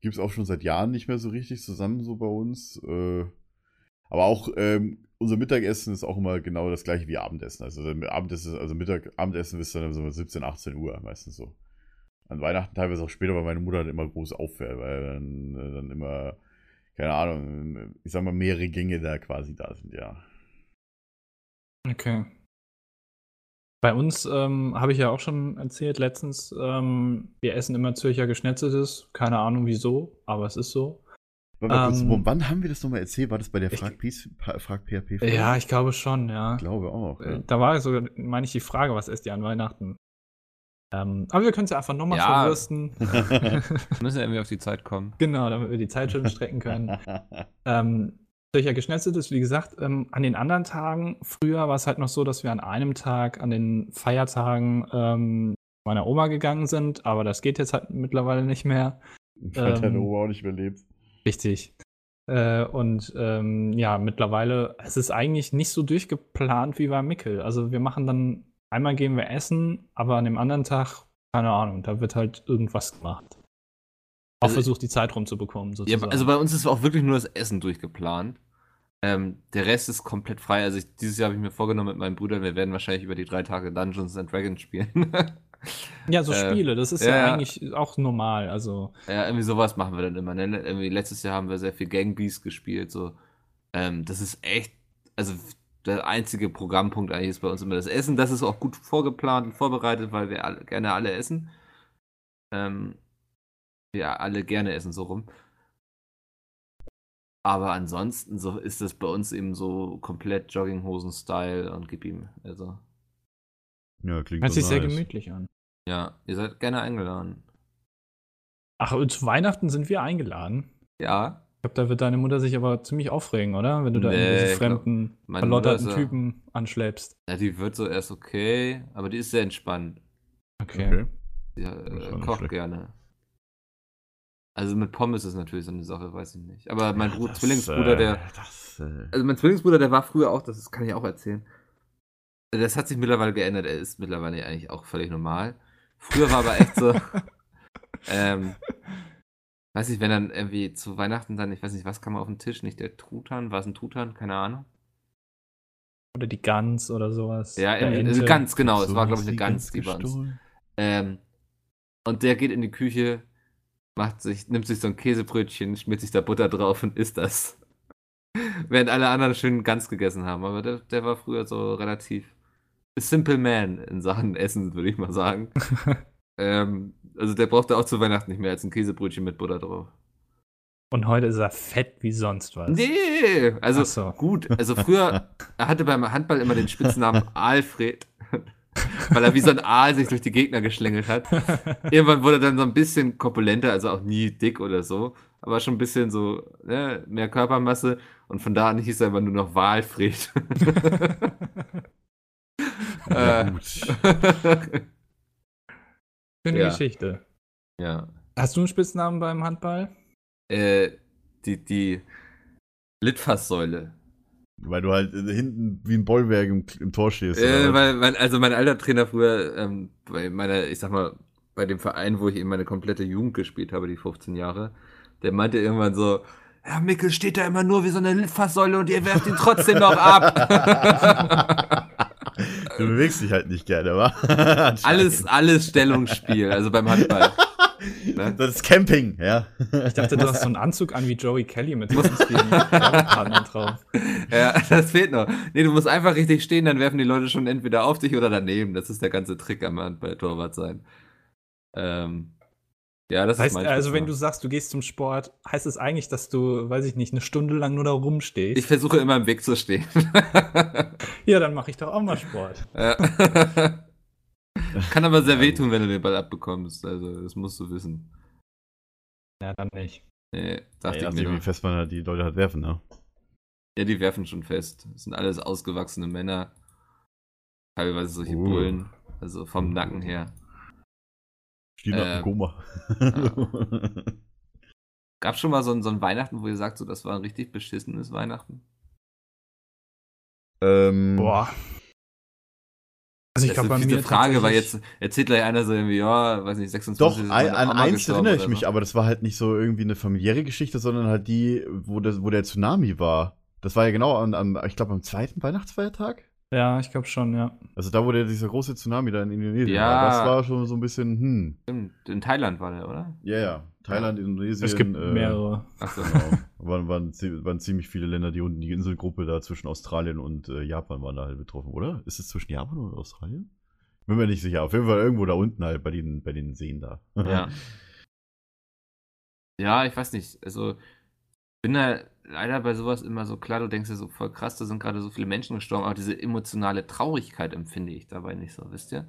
gibt es auch schon seit Jahren nicht mehr so richtig zusammen, so bei uns. Äh, aber auch ähm, unser Mittagessen ist auch immer genau das gleiche wie Abendessen. Also der Abendessen, also Mittag, Abendessen ist dann so 17, 18 Uhr meistens so. An Weihnachten teilweise auch später, weil meine Mutter dann immer groß aufwärmt, weil dann, äh, dann immer, keine Ahnung, ich sag mal, mehrere Gänge da quasi da sind, ja. Okay. Bei uns ähm, habe ich ja auch schon erzählt letztens, ähm, wir essen immer Zürcher Geschnetzeltes. Keine Ahnung wieso, aber es ist so. Warte mal kurz, Ähm, wann- wann haben wir das nochmal erzählt? War das bei der ich- Frag, Piece- Pa- Frag PHP? -Folge? Ja, ich glaube schon, ja. ich glaube auch. Äh, Ja. Da war sogar, meine ich, die Frage, was esst ihr an Weihnachten? Ähm, aber wir können es ja einfach nochmal Ja. verwürsten. Wir müssen ja irgendwie auf die Zeit kommen. genau, damit wir die Zeit schön strecken können. ähm, Zürcher Geschnetzeltes, wie gesagt, ähm, an den anderen Tagen, früher war es halt noch so, dass wir an einem Tag, an den Feiertagen ähm, zu meiner Oma gegangen sind, aber das geht jetzt halt mittlerweile nicht mehr. Weil deine ähm, Oma auch nicht mehr lebt. Richtig. Äh, und ähm, ja, mittlerweile, es ist eigentlich nicht so durchgeplant wie bei Mickel. Also wir machen dann, einmal gehen wir essen, aber an dem anderen Tag, keine Ahnung, da wird halt irgendwas gemacht. Auch Also- versucht, die Zeit rumzubekommen, Ja, sozusagen. also bei uns ist auch wirklich nur das Essen durchgeplant. Ähm, der Rest ist komplett frei. Also ich, dieses Jahr habe ich mir vorgenommen mit meinen Brüdern, wir werden wahrscheinlich über die drei Tage Dungeons and Dragons spielen. ja so äh, Spiele, das ist ja, ja ja. eigentlich auch normal. Also ja, irgendwie sowas machen wir dann immer. Ne? Irgendwie letztes Jahr haben wir sehr viel Gang Beasts gespielt. So. Ähm, das ist echt, also der einzige Programmpunkt eigentlich ist bei uns immer das Essen. Das ist auch gut vorgeplant und vorbereitet, weil wir alle, gerne alle essen. Ähm, ja, alle gerne essen, so rum. Aber ansonsten so ist das bei uns eben so komplett Jogginghosen-Style und gib ihm. Also, Ja, klingt hört doch sich sehr nice. gemütlich an. ja, ihr seid gerne eingeladen. Ach, und zu Weihnachten sind wir eingeladen. Ja, Ich glaube, da wird deine Mutter sich aber ziemlich aufregen, oder? Wenn du da Nee, irgendwelche ich glaub, fremden, meine verlotterten Mutter ist äh, ja- Typen anschleppst. Ja, die wird so erst okay, aber die ist sehr entspannt. Okay. Die ist äh, auch nicht kocht schlecht. gerne. Also mit Pommes ist natürlich so eine Sache, weiß ich nicht. Aber mein Bruder, Das, Zwillingsbruder, äh, der. Das, äh, Also mein Zwillingsbruder, der war früher auch, das kann ich auch erzählen. Das hat sich mittlerweile geändert, er ist mittlerweile eigentlich auch völlig normal. Früher war aber echt so. ähm, weiß nicht, wenn dann irgendwie zu Weihnachten dann, ich weiß nicht, was kam auf den Tisch? Nicht der Truthahn? War es ein Truthahn? Keine Ahnung. Oder die Gans oder sowas. Ja, Oder irgendwie- also Ente. ganz genau. Es so war, hat glaube ich, sie eine Gans, die bei uns gestohlen. Ähm, und der geht in die Küche, macht sich, nimmt sich so ein Käsebrötchen, schmiert sich da Butter drauf und isst das. Während alle anderen schön ganz gegessen haben. Aber der, der war früher so relativ a simple man in Sachen Essen, würde ich mal sagen. ähm, also der brauchte auch zu Weihnachten nicht mehr als ein Käsebrötchen mit Butter drauf. Und heute ist er fett wie sonst was. Nee, also Ach so. gut. Also früher, er hatte beim Handball immer den Spitznamen Alfred, weil er wie so ein Aal sich durch die Gegner geschlängelt hat. Irgendwann wurde er dann so ein bisschen korpulenter, also auch nie dick oder so, aber schon ein bisschen so ne, mehr Körpermasse. Und von da an hieß er immer nur noch Walfred. Ja, Äh. gut. Schöne Ja. Geschichte. ja. Hast du einen Spitznamen beim Handball? Äh, die, die Litfaßsäule. Weil du halt äh, hinten wie ein Bollwerk im, im Tor stehst. Äh, oder was? weil, mein, also mein alter Trainer früher, ähm, bei meiner, ich sag mal, bei dem Verein, wo ich eben meine komplette Jugend gespielt habe, die 15 Jahre, der meinte irgendwann so, Herr Mickel steht da immer nur wie so eine Litfaßsäule und ihr werft ihn trotzdem noch ab. du bewegst dich halt nicht gerne, wa? Anscheinend. alles, alles Stellungsspiel, also beim Handball. ne? Das ist Camping, ja. Ich dachte, du hast so einen Anzug an wie Joey Kelly mit ganz vielen Werbepartnern drauf. Ja, das fehlt noch. Nee, du musst einfach richtig stehen, dann werfen die Leute schon entweder auf dich oder daneben. Das ist der ganze Trick am Handball-Torwart sein. Ähm, ja, das Das heißt, ist mein also wenn Spitzname. du sagst, du gehst zum Sport, heißt es eigentlich, dass du, weiß ich nicht, eine Stunde lang nur da rumstehst? Ich versuche immer im Weg zu stehen. ja, dann mache ich doch auch mal Sport. Ja. Kann aber sehr wehtun, wenn du den Ball abbekommst. Also, das musst du wissen. Ja, dann nicht. Nee, Dachte dachte ja, ich mir wie doch. fest man halt die Leute halt werfen, ne? Ja, die werfen schon fest. Das sind alles ausgewachsene Männer. Teilweise solche Uh. Bullen. Also vom Nacken her. Stehen nach Äh, dem Koma. Gab schon mal so ein, so ein Weihnachten, wo ihr sagt, so, das war ein richtig beschissenes Weihnachten? ähm, Boah. Also ich das glaube, bei ist mir eine Frage, weil tatsächlich- jetzt erzählt gleich einer so irgendwie, ja, weiß nicht, 26. Doch, ist ein, meine an Oma eins gestorben erinnere oder ich mich, so. aber das war halt nicht so irgendwie eine familiäre Geschichte, sondern halt die, wo, das, wo der Tsunami war. Das war ja genau am, am ich glaube, am zweiten Weihnachtsfeiertag. Ja, ich glaube schon, ja. Also da, wo der, dieser große Tsunami da in Indonesien Ja. war. Das war schon so ein bisschen, hm. Stimmt, in Thailand war der, oder? Ja, ja. Thailand, Indonesien. Es gibt äh, mehrere. Achso. Genau. Waren, waren, zie- waren ziemlich viele Länder, die unten die Inselgruppe da zwischen Australien und äh, Japan waren da halt betroffen, oder? Ist es zwischen Japan und Australien? Bin mir nicht sicher. Auf jeden Fall irgendwo da unten halt bei den, bei den Seen da. Ja. ja, ich weiß nicht. Also, bin da leider bei sowas immer so klar, du denkst dir so voll krass, da sind gerade so viele Menschen gestorben, aber diese emotionale Traurigkeit empfinde ich dabei nicht so, wisst ihr?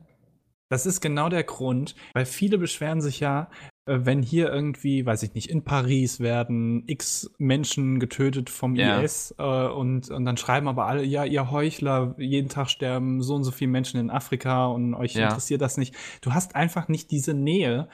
Das ist genau der Grund, weil viele beschweren sich ja, äh, wenn hier irgendwie, weiß ich nicht, in Paris werden x Menschen getötet vom Ja. IS äh, und, und dann schreiben aber alle, ja, ihr Heuchler, jeden Tag sterben so und so viele Menschen in Afrika und euch Ja. interessiert das nicht. Du hast einfach nicht diese Nähe,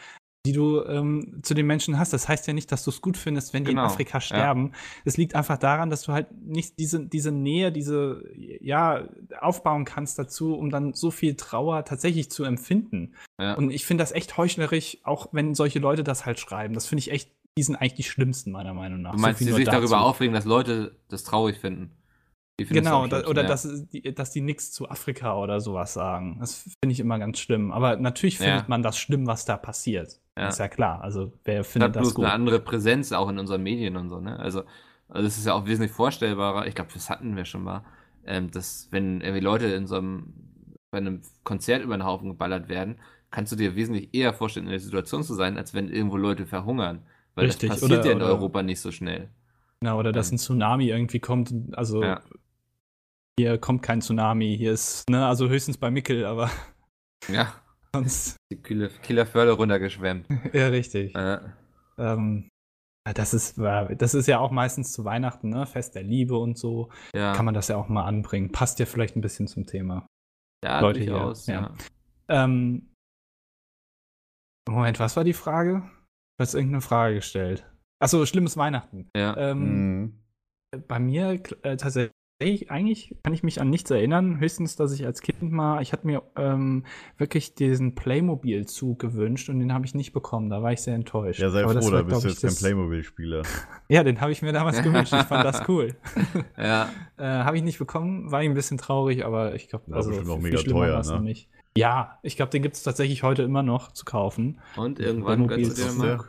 die du ähm, zu den Menschen hast. Das heißt ja nicht, dass du es gut findest, wenn die Genau, in Afrika sterben. Es liegt einfach daran, dass du halt nicht diese, diese Nähe, diese, ja, aufbauen kannst dazu, um dann so viel Trauer tatsächlich zu empfinden. Ja. Und ich finde das echt heuchlerisch, auch wenn solche Leute das halt schreiben. Das finde ich echt, die sind eigentlich die schlimmsten, meiner Meinung nach. du meinst, viel die nur sich dazu. darüber aufregen, dass Leute das traurig finden. Die finden Genau, das da, am oder schlimmsten, dass, die, dass die nichts zu Afrika oder sowas sagen. Das finde ich immer ganz schlimm. Aber natürlich Ja. findet man das schlimm, was da passiert. Ja. Ist ja klar. Also, wer ja. findet hat das bloß gut? eine andere Präsenz auch in unseren Medien und so, ne? Also, also es ist ja auch wesentlich vorstellbarer, ich glaube, das hatten wir schon mal, ähm, dass wenn irgendwie Leute in so einem, bei einem Konzert über den Haufen geballert werden, kannst du dir wesentlich eher vorstellen, in der Situation zu sein, als wenn irgendwo Leute verhungern. Weil Richtig, das passiert oder- ja in oder- Europa nicht so schnell. Genau, oder dass Ähm. ein Tsunami irgendwie kommt. Also, Ja. hier kommt kein Tsunami. Hier ist, ne, also höchstens bei Mickel, aber Ja. sonst. Die Kühle, Kieler Förde runtergeschwemmt. ja, richtig. Äh, Ähm, ja, das, ist, äh, das ist ja auch meistens zu Weihnachten, ne? Fest der Liebe und so. ja. Kann man das ja auch mal anbringen. Passt ja vielleicht ein bisschen zum Thema. ja, Leute hier, durchaus. ja. ja. Ähm, Moment, was war die Frage? Du hast irgendeine Frage gestellt. Achso, schlimmes Weihnachten. Ja. Ähm, Mhm. Bei mir kl- äh, tatsächlich. Eigentlich kann ich mich an nichts erinnern, höchstens, dass ich als Kind mal, ich hatte mir ähm, wirklich diesen Playmobil-Zug gewünscht und den habe ich nicht bekommen, da war ich sehr enttäuscht. Ja, sei Aber das froh, da war, bist glaub du ich, jetzt kein das- Playmobil-Spieler. Ja, den habe ich mir damals gewünscht, ich fand das cool. ja. Äh, habe ich nicht bekommen, war ich ein bisschen traurig, aber ich glaube, War bestimmt auch mega schlimmer teuer, war's ne? noch nicht. Ja, ich glaube, den gibt es tatsächlich heute immer noch zu kaufen. Und Bei irgendwann Mobil gönnst du dir ist mal. der-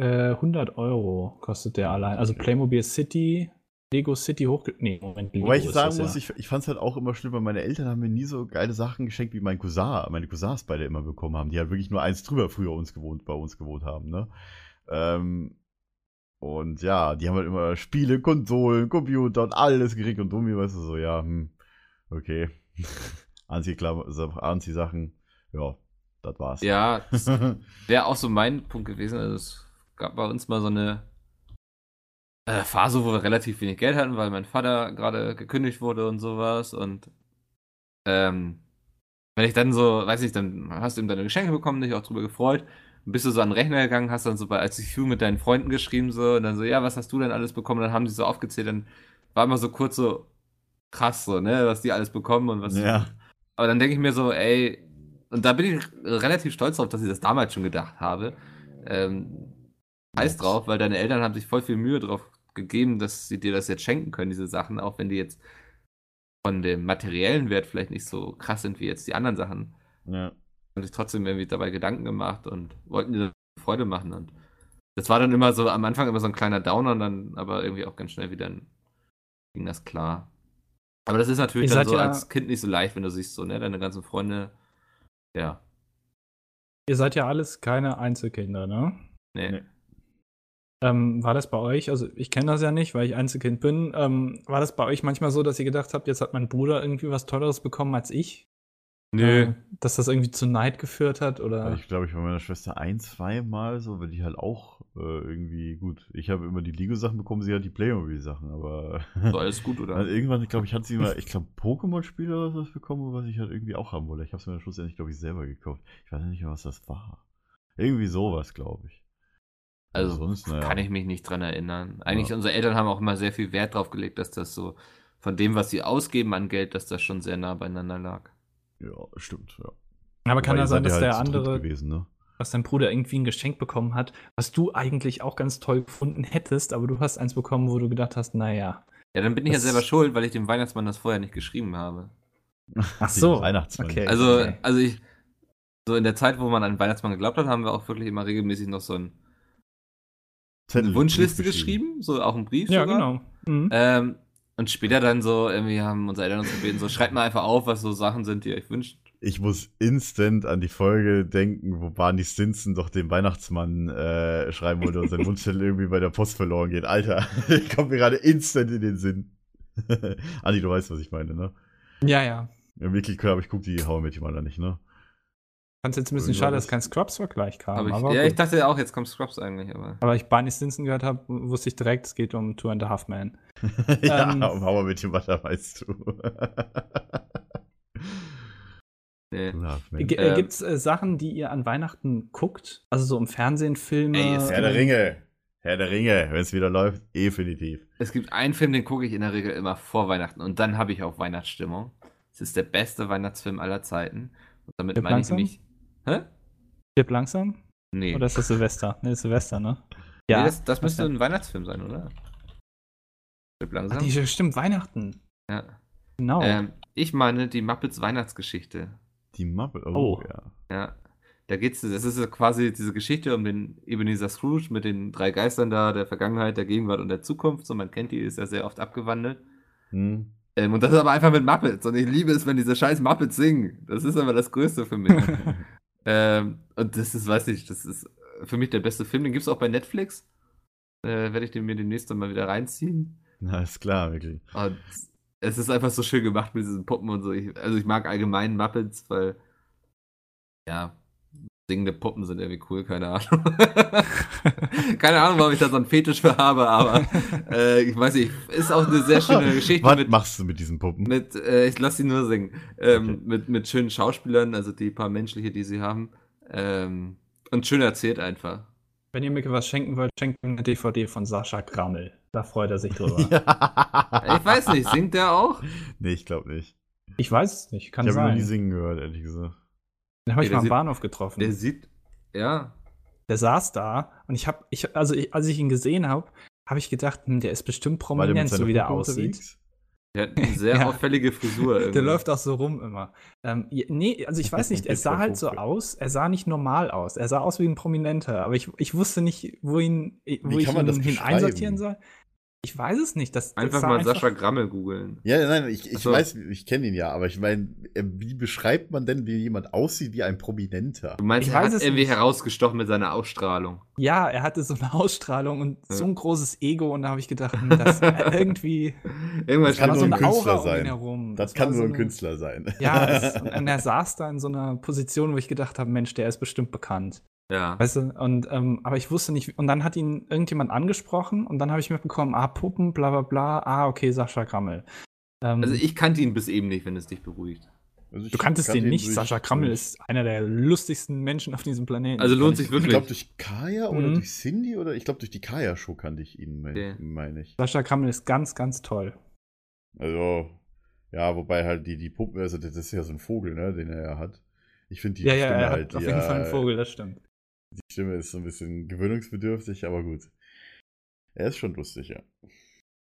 Äh, 100 Euro kostet der allein. Also Playmobil City, Lego City hochge... Nee, Moment. Lego Wobei ich ist sagen das muss, ja. ich, ich fand es halt auch immer schlimm, weil meine Eltern haben mir nie so geile Sachen geschenkt, wie mein Cousin, meine Cousins beide immer bekommen haben, die halt wirklich nur eins drüber früher uns gewohnt, bei uns gewohnt haben, ne? Ähm, und ja, die haben halt immer Spiele, Konsolen, Computer und alles gekriegt und Dummi, weißt du, so, ja, hm, okay. Anziehklam- Anziehsachen, ja, das war's. Ja, das wäre auch so mein Punkt gewesen. Also es gab bei uns mal so eine äh, Phase, wo wir relativ wenig Geld hatten, weil mein Vater gerade gekündigt wurde und sowas. Und ähm, wenn ich dann so, weiß nicht, dann hast du ihm deine Geschenke bekommen, dich auch drüber gefreut. Und bist du so an den Rechner gegangen, hast dann so bei ICQ mit deinen Freunden geschrieben, so, und dann so, ja, was hast du denn alles bekommen? Und dann haben die so aufgezählt, dann war immer so kurz so krass, so, ne, was die alles bekommen und was ja. aber dann denke ich mir so, ey, und da bin ich relativ stolz drauf, dass ich das damals schon gedacht habe. Ähm, heiß drauf, weil deine Eltern haben sich voll viel Mühe drauf gegeben, dass sie dir das jetzt schenken können, diese Sachen, auch wenn die jetzt von dem materiellen Wert vielleicht nicht so krass sind wie jetzt die anderen Sachen. ja. Haben sich trotzdem irgendwie dabei Gedanken gemacht und wollten dir Freude machen. Und das war dann immer so am Anfang immer so ein kleiner Downer und dann aber irgendwie auch ganz schnell wieder ein, ging das klar. Aber das ist natürlich Ihr dann seid so ja- als Kind nicht so leicht, wenn du siehst, so, ne, deine ganzen Freunde. Ja, Ihr seid ja alles keine Einzelkinder, ne? nee. Nee. Ähm, war das bei euch, also ich kenne das ja nicht, weil ich Einzelkind bin, ähm, war das bei euch manchmal so, dass ihr gedacht habt, jetzt hat mein Bruder irgendwie was Tolleres bekommen als ich? Äh, dass das irgendwie zu Neid geführt hat Also oder? Ich glaube, ich war meiner Schwester ein, zweimal so, weil die halt auch äh, irgendwie gut. Ich habe immer die Lego-Sachen bekommen, sie hat die Playmobil-Sachen, aber. So alles gut, oder? Also irgendwann, ich glaube, ich hatte sie mal, ich glaube, Pokémon-Spiele oder sowas bekommen, was ich halt irgendwie auch haben wollte. Ich habe es mir dann schlussendlich, glaube ich, selber gekauft. Ich weiß nicht mehr, was das war. Irgendwie sowas, glaube ich. Aber Also, naja. Kann ich mich nicht dran erinnern. Eigentlich, Ja. unsere Eltern haben auch immer sehr viel Wert drauf gelegt, dass das so von dem, was sie ausgeben an Geld, dass das schon sehr nah beieinander lag. Ja, stimmt. Ja. Aber kann Wobei, ja ihr sein, seid ja dass der halt zu dritt andere, Gewesen, ne? dass dein Bruder irgendwie ein Geschenk bekommen hat, was du eigentlich auch ganz toll gefunden hättest, aber du hast eins bekommen, wo du gedacht hast, naja. Ja, dann bin ich Das- ja selber schuld, weil ich dem Weihnachtsmann das vorher nicht geschrieben habe. Ach Den Weihnachtsmann. okay. Also, Okay. also ich, so in der Zeit, wo man an den Weihnachtsmann geglaubt hat, haben wir auch wirklich immer regelmäßig noch so ein, Zettel- eine Wunschliste Brief geschrieben, so auch einen Brief. Ja, sogar. genau. Mhm. Ähm, und später dann so, irgendwie haben unsere Eltern uns gebeten, so schreibt mal einfach auf, was so Sachen sind, die ihr euch wünscht. ich muss instant an die Folge denken, wo Barney Stinson doch den Weihnachtsmann äh, schreiben wollte und sein Wunschzettel irgendwie bei der Post verloren geht. Alter, ich komme mir gerade instant in den Sinn. Andi, du weißt, was ich meine, ne? Ja, ja. Im Wirklich, aber ich gucke die Hauer mit jemandem nicht, ne? Fand jetzt ein bisschen Irgendwie schade, war das- dass kein Scrubs-Vergleich kam. Aber Aber, ich, aber, ja, ich dachte auch, jetzt kommt Scrubs eigentlich, aber. aber ich Barney Stinson gehört habe, wusste ich direkt, es geht um Two and a Half Men. ja, Ähm. um Hauer mit jemandem, weißt du. Nee. G Ähm. äh, Gibt es äh, Sachen, die ihr an Weihnachten guckt? Also so im Fernsehen, Filme? Ey, ist Herr der Ringe. Herr der Ringe, wenn es wieder läuft, definitiv. Es gibt einen Film, den gucke ich in der Regel immer vor Weihnachten und dann habe ich auch Weihnachtsstimmung. Es ist der beste Weihnachtsfilm aller Zeiten. Und damit Stirb meine langsam? ich nicht. Hä? Stirb langsam? Nee. Oder ist das Silvester? Ne, ist Silvester, ne? nee das, das müsste ja. ein Weihnachtsfilm sein, oder? Stirb Ach, langsam. die, stimmt, Weihnachten. ja. Genau. ähm, ich meine die Muppets Weihnachtsgeschichte. Die Mappe. Oh. ja. Ja. Da geht's, das ist ja quasi diese Geschichte um den Ebenezer Scrooge mit den drei Geistern da, der Vergangenheit, der Gegenwart und der Zukunft. So, man kennt die, ist ja sehr oft abgewandelt. Hm. Ähm, und das ist aber einfach mit Muppets. Und ich liebe es, wenn diese scheiß Muppets singen. Das ist aber das Größte für mich. ähm, und das ist, weiß nicht, das ist für mich der beste Film. Den gibt's auch bei Netflix. Äh, Werde ich den mir demnächst dann mal wieder reinziehen. Na, ist klar, wirklich. Und es ist einfach so schön gemacht mit diesen Puppen und so. Ich, also ich mag allgemein Muppets, weil ja, singende Puppen sind irgendwie cool, keine Ahnung. keine Ahnung, warum ich da so einen Fetisch für habe, aber äh, ich weiß nicht, ist auch eine sehr schöne Geschichte Was mit, machst du mit diesen Puppen? mit äh, ich lass sie nur singen, ähm, Okay. mit, mit schönen Schauspielern, also die paar menschliche, die sie haben. Ähm, und schön erzählt einfach. Wenn ihr mir was schenken wollt, schenkt mir eine DVD von Sascha Grammel. Da freut er sich drüber. Ich weiß nicht, singt der auch? Nee, ich glaube nicht. Ich weiß es nicht, kann ich habe ihn noch sein. nie singen gehört, ehrlich gesagt. Den habe ich Der mal am sieht- Bahnhof getroffen. Der Der, sieht, ja, saß da und ich habe, ich, also ich, als ich ihn gesehen habe, habe ich gedacht, hm, der ist bestimmt der prominent, so wie der Puppe aussieht. unterwegs? der hat eine sehr Ja. auffällige Frisur. irgendwie. Der läuft auch so rum immer. Ähm, ja, nee, also ich weiß nicht, er sah halt so aus, er sah nicht normal aus. Er sah aus wie ein Prominenter, aber ich, ich wusste nicht, wo, ihn, wo Wie ich kann man ihn das hin beschreiben? einsortieren soll. Ich weiß es nicht. Das, das Einfach sah mal Sascha Grammel googeln. Ja, nein, ich, ich Ach so. weiß, ich kenne ihn ja, aber ich meine, äh, wie beschreibt man denn, wie jemand aussieht wie ein Prominenter? Du meinst, Ich er weiß hat es irgendwie nicht. herausgestochen mit seiner Ausstrahlung. Ja, er hatte so eine Ausstrahlung und so Ja. ein großes Ego und da habe ich gedacht, hm, das äh, irgendwie Irgendwas Das kann nur war so ein eine Künstler Aura um sein. ihn herum. Das war kann so nur ein eine- Künstler sein. Ja, das, und er saß da in so einer Position, wo ich gedacht habe, Mensch, der ist bestimmt bekannt. ja. Weißt du, und, ähm, aber ich wusste nicht, und dann hat ihn irgendjemand angesprochen und dann habe ich mitbekommen, ah, Puppen, bla bla bla, ah, okay, Sascha Krammel. Ähm, Also ich kannte ihn bis eben nicht, wenn es dich beruhigt. Also ich du kanntest kannte den ihn nicht, durch- Sascha Krammel durch- ist einer der lustigsten Menschen auf diesem Planeten. Also lohnt Kann sich ich- Ich wirklich. glaube, durch Kaya oder Mhm. durch Cindy oder ich glaube, durch die Kaya-Show kannte ich ihn, meine Okay. mein ich. Sascha Krammel ist ganz, ganz toll. Also, ja, wobei halt die, die Puppe, also das ist ja so ein Vogel, ne, den er ja hat. Ich finde die ja, ja, Stimme er hat halt, auf die, jeden Fall einen äh, Vogel, das stimmt. Die Stimme ist so ein bisschen gewöhnungsbedürftig, aber gut. Er ist schon lustig, ja.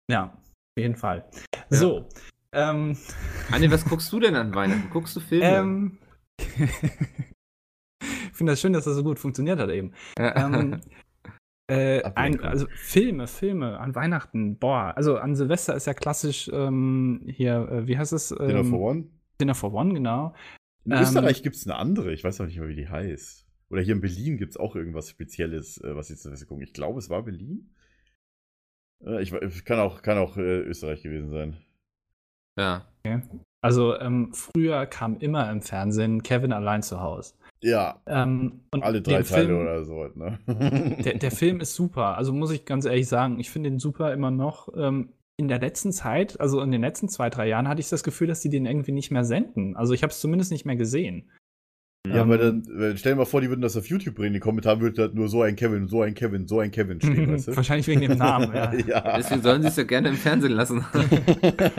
Ja, auf jeden Fall. So, ähm, Anne, was guckst du denn an Weihnachten? Guckst du Filme? ähm, ich finde das schön, dass das so gut funktioniert hat eben. ähm, äh, ein, Ablenkung. also Filme, Filme an Weihnachten, boah, also an Silvester ist ja klassisch ähm, hier, äh, wie heißt es? Ähm, Dinner for One? Dinner for One, genau. In ähm, Österreich gibt es eine andere, ich weiß noch nicht mal, wie die heißt. Oder hier in Berlin gibt es auch irgendwas Spezielles, äh, was jetzt was gucken. Ich glaube, es war Berlin. Äh, Ich, we- es kann auch, kann auch äh, Österreich gewesen sein. ja. Also ähm, früher kam immer im Fernsehen Kevin allein zu Hause. Ja, Ähm, und alle drei den Teile Film, oder so. Ne? Der, der Film ist super, also muss ich ganz ehrlich sagen, ich finde den super immer noch. Ähm, in der letzten Zeit, also in den letzten zwei, drei Jahren, hatte ich das Gefühl, dass die den irgendwie nicht mehr senden. Also ich habe es zumindest nicht mehr gesehen. ja, ähm, weil dann, weil stell dir mal vor, die würden das auf YouTube bringen. Die Kommentare würden halt nur so ein Kevin, so ein Kevin, so ein Kevin stehen, weißt du? Wahrscheinlich wegen dem Namen, ja. Deswegen sollen sie es ja gerne im Fernsehen lassen. ja.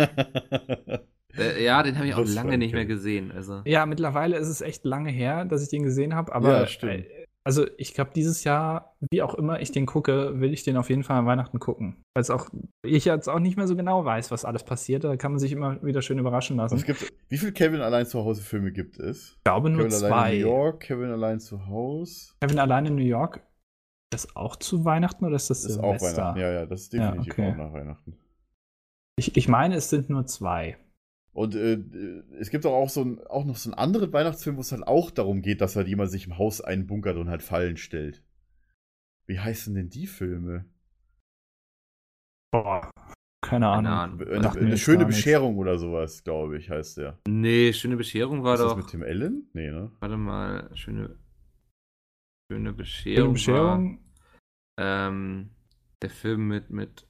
äh, ja, den habe ich auch Das war lange ein nicht mehr Film. gesehen. Also. Ja, mittlerweile ist es echt lange her, dass ich den gesehen habe, aber Ja, stimmt. äh, also ich glaube, dieses Jahr, wie auch immer ich den gucke, will ich den auf jeden Fall an Weihnachten gucken. Weil es auch, ich jetzt auch nicht mehr so genau weiß, was alles passiert. Da kann man sich immer wieder schön überraschen lassen. Was Ich Also gibt, wie viele Kevin allein zu Hause Filme gibt es? glaube Hm? nur Kevin allein in New zwei. York, Kevin allein zu Hause. Kevin allein in New York. Das auch zu Weihnachten oder ist das, Das ist auch Silvester? Weihnachten. Ja, ja, das ist Ja, definitiv okay. auch nach Weihnachten. Ich, ich meine, es sind nur zwei. Und äh, es gibt auch, auch, so ein, auch noch so einen anderen Weihnachtsfilm, wo es halt auch darum geht, dass halt jemand sich im Haus einbunkert und halt Fallen stellt. Wie heißen denn die Filme? Boah, keine Ahnung. Keine Ahnung. Eine, Sagt mir eine jetzt schöne gar nichts. Bescherung oder sowas, glaube ich, heißt der. Nee, schöne Bescherung war Ist das doch. mit Tim Allen? Nee, ne? Warte mal, schöne. Schöne Schöne Bescherung. Bescherung, War, ähm, der Film mit, mit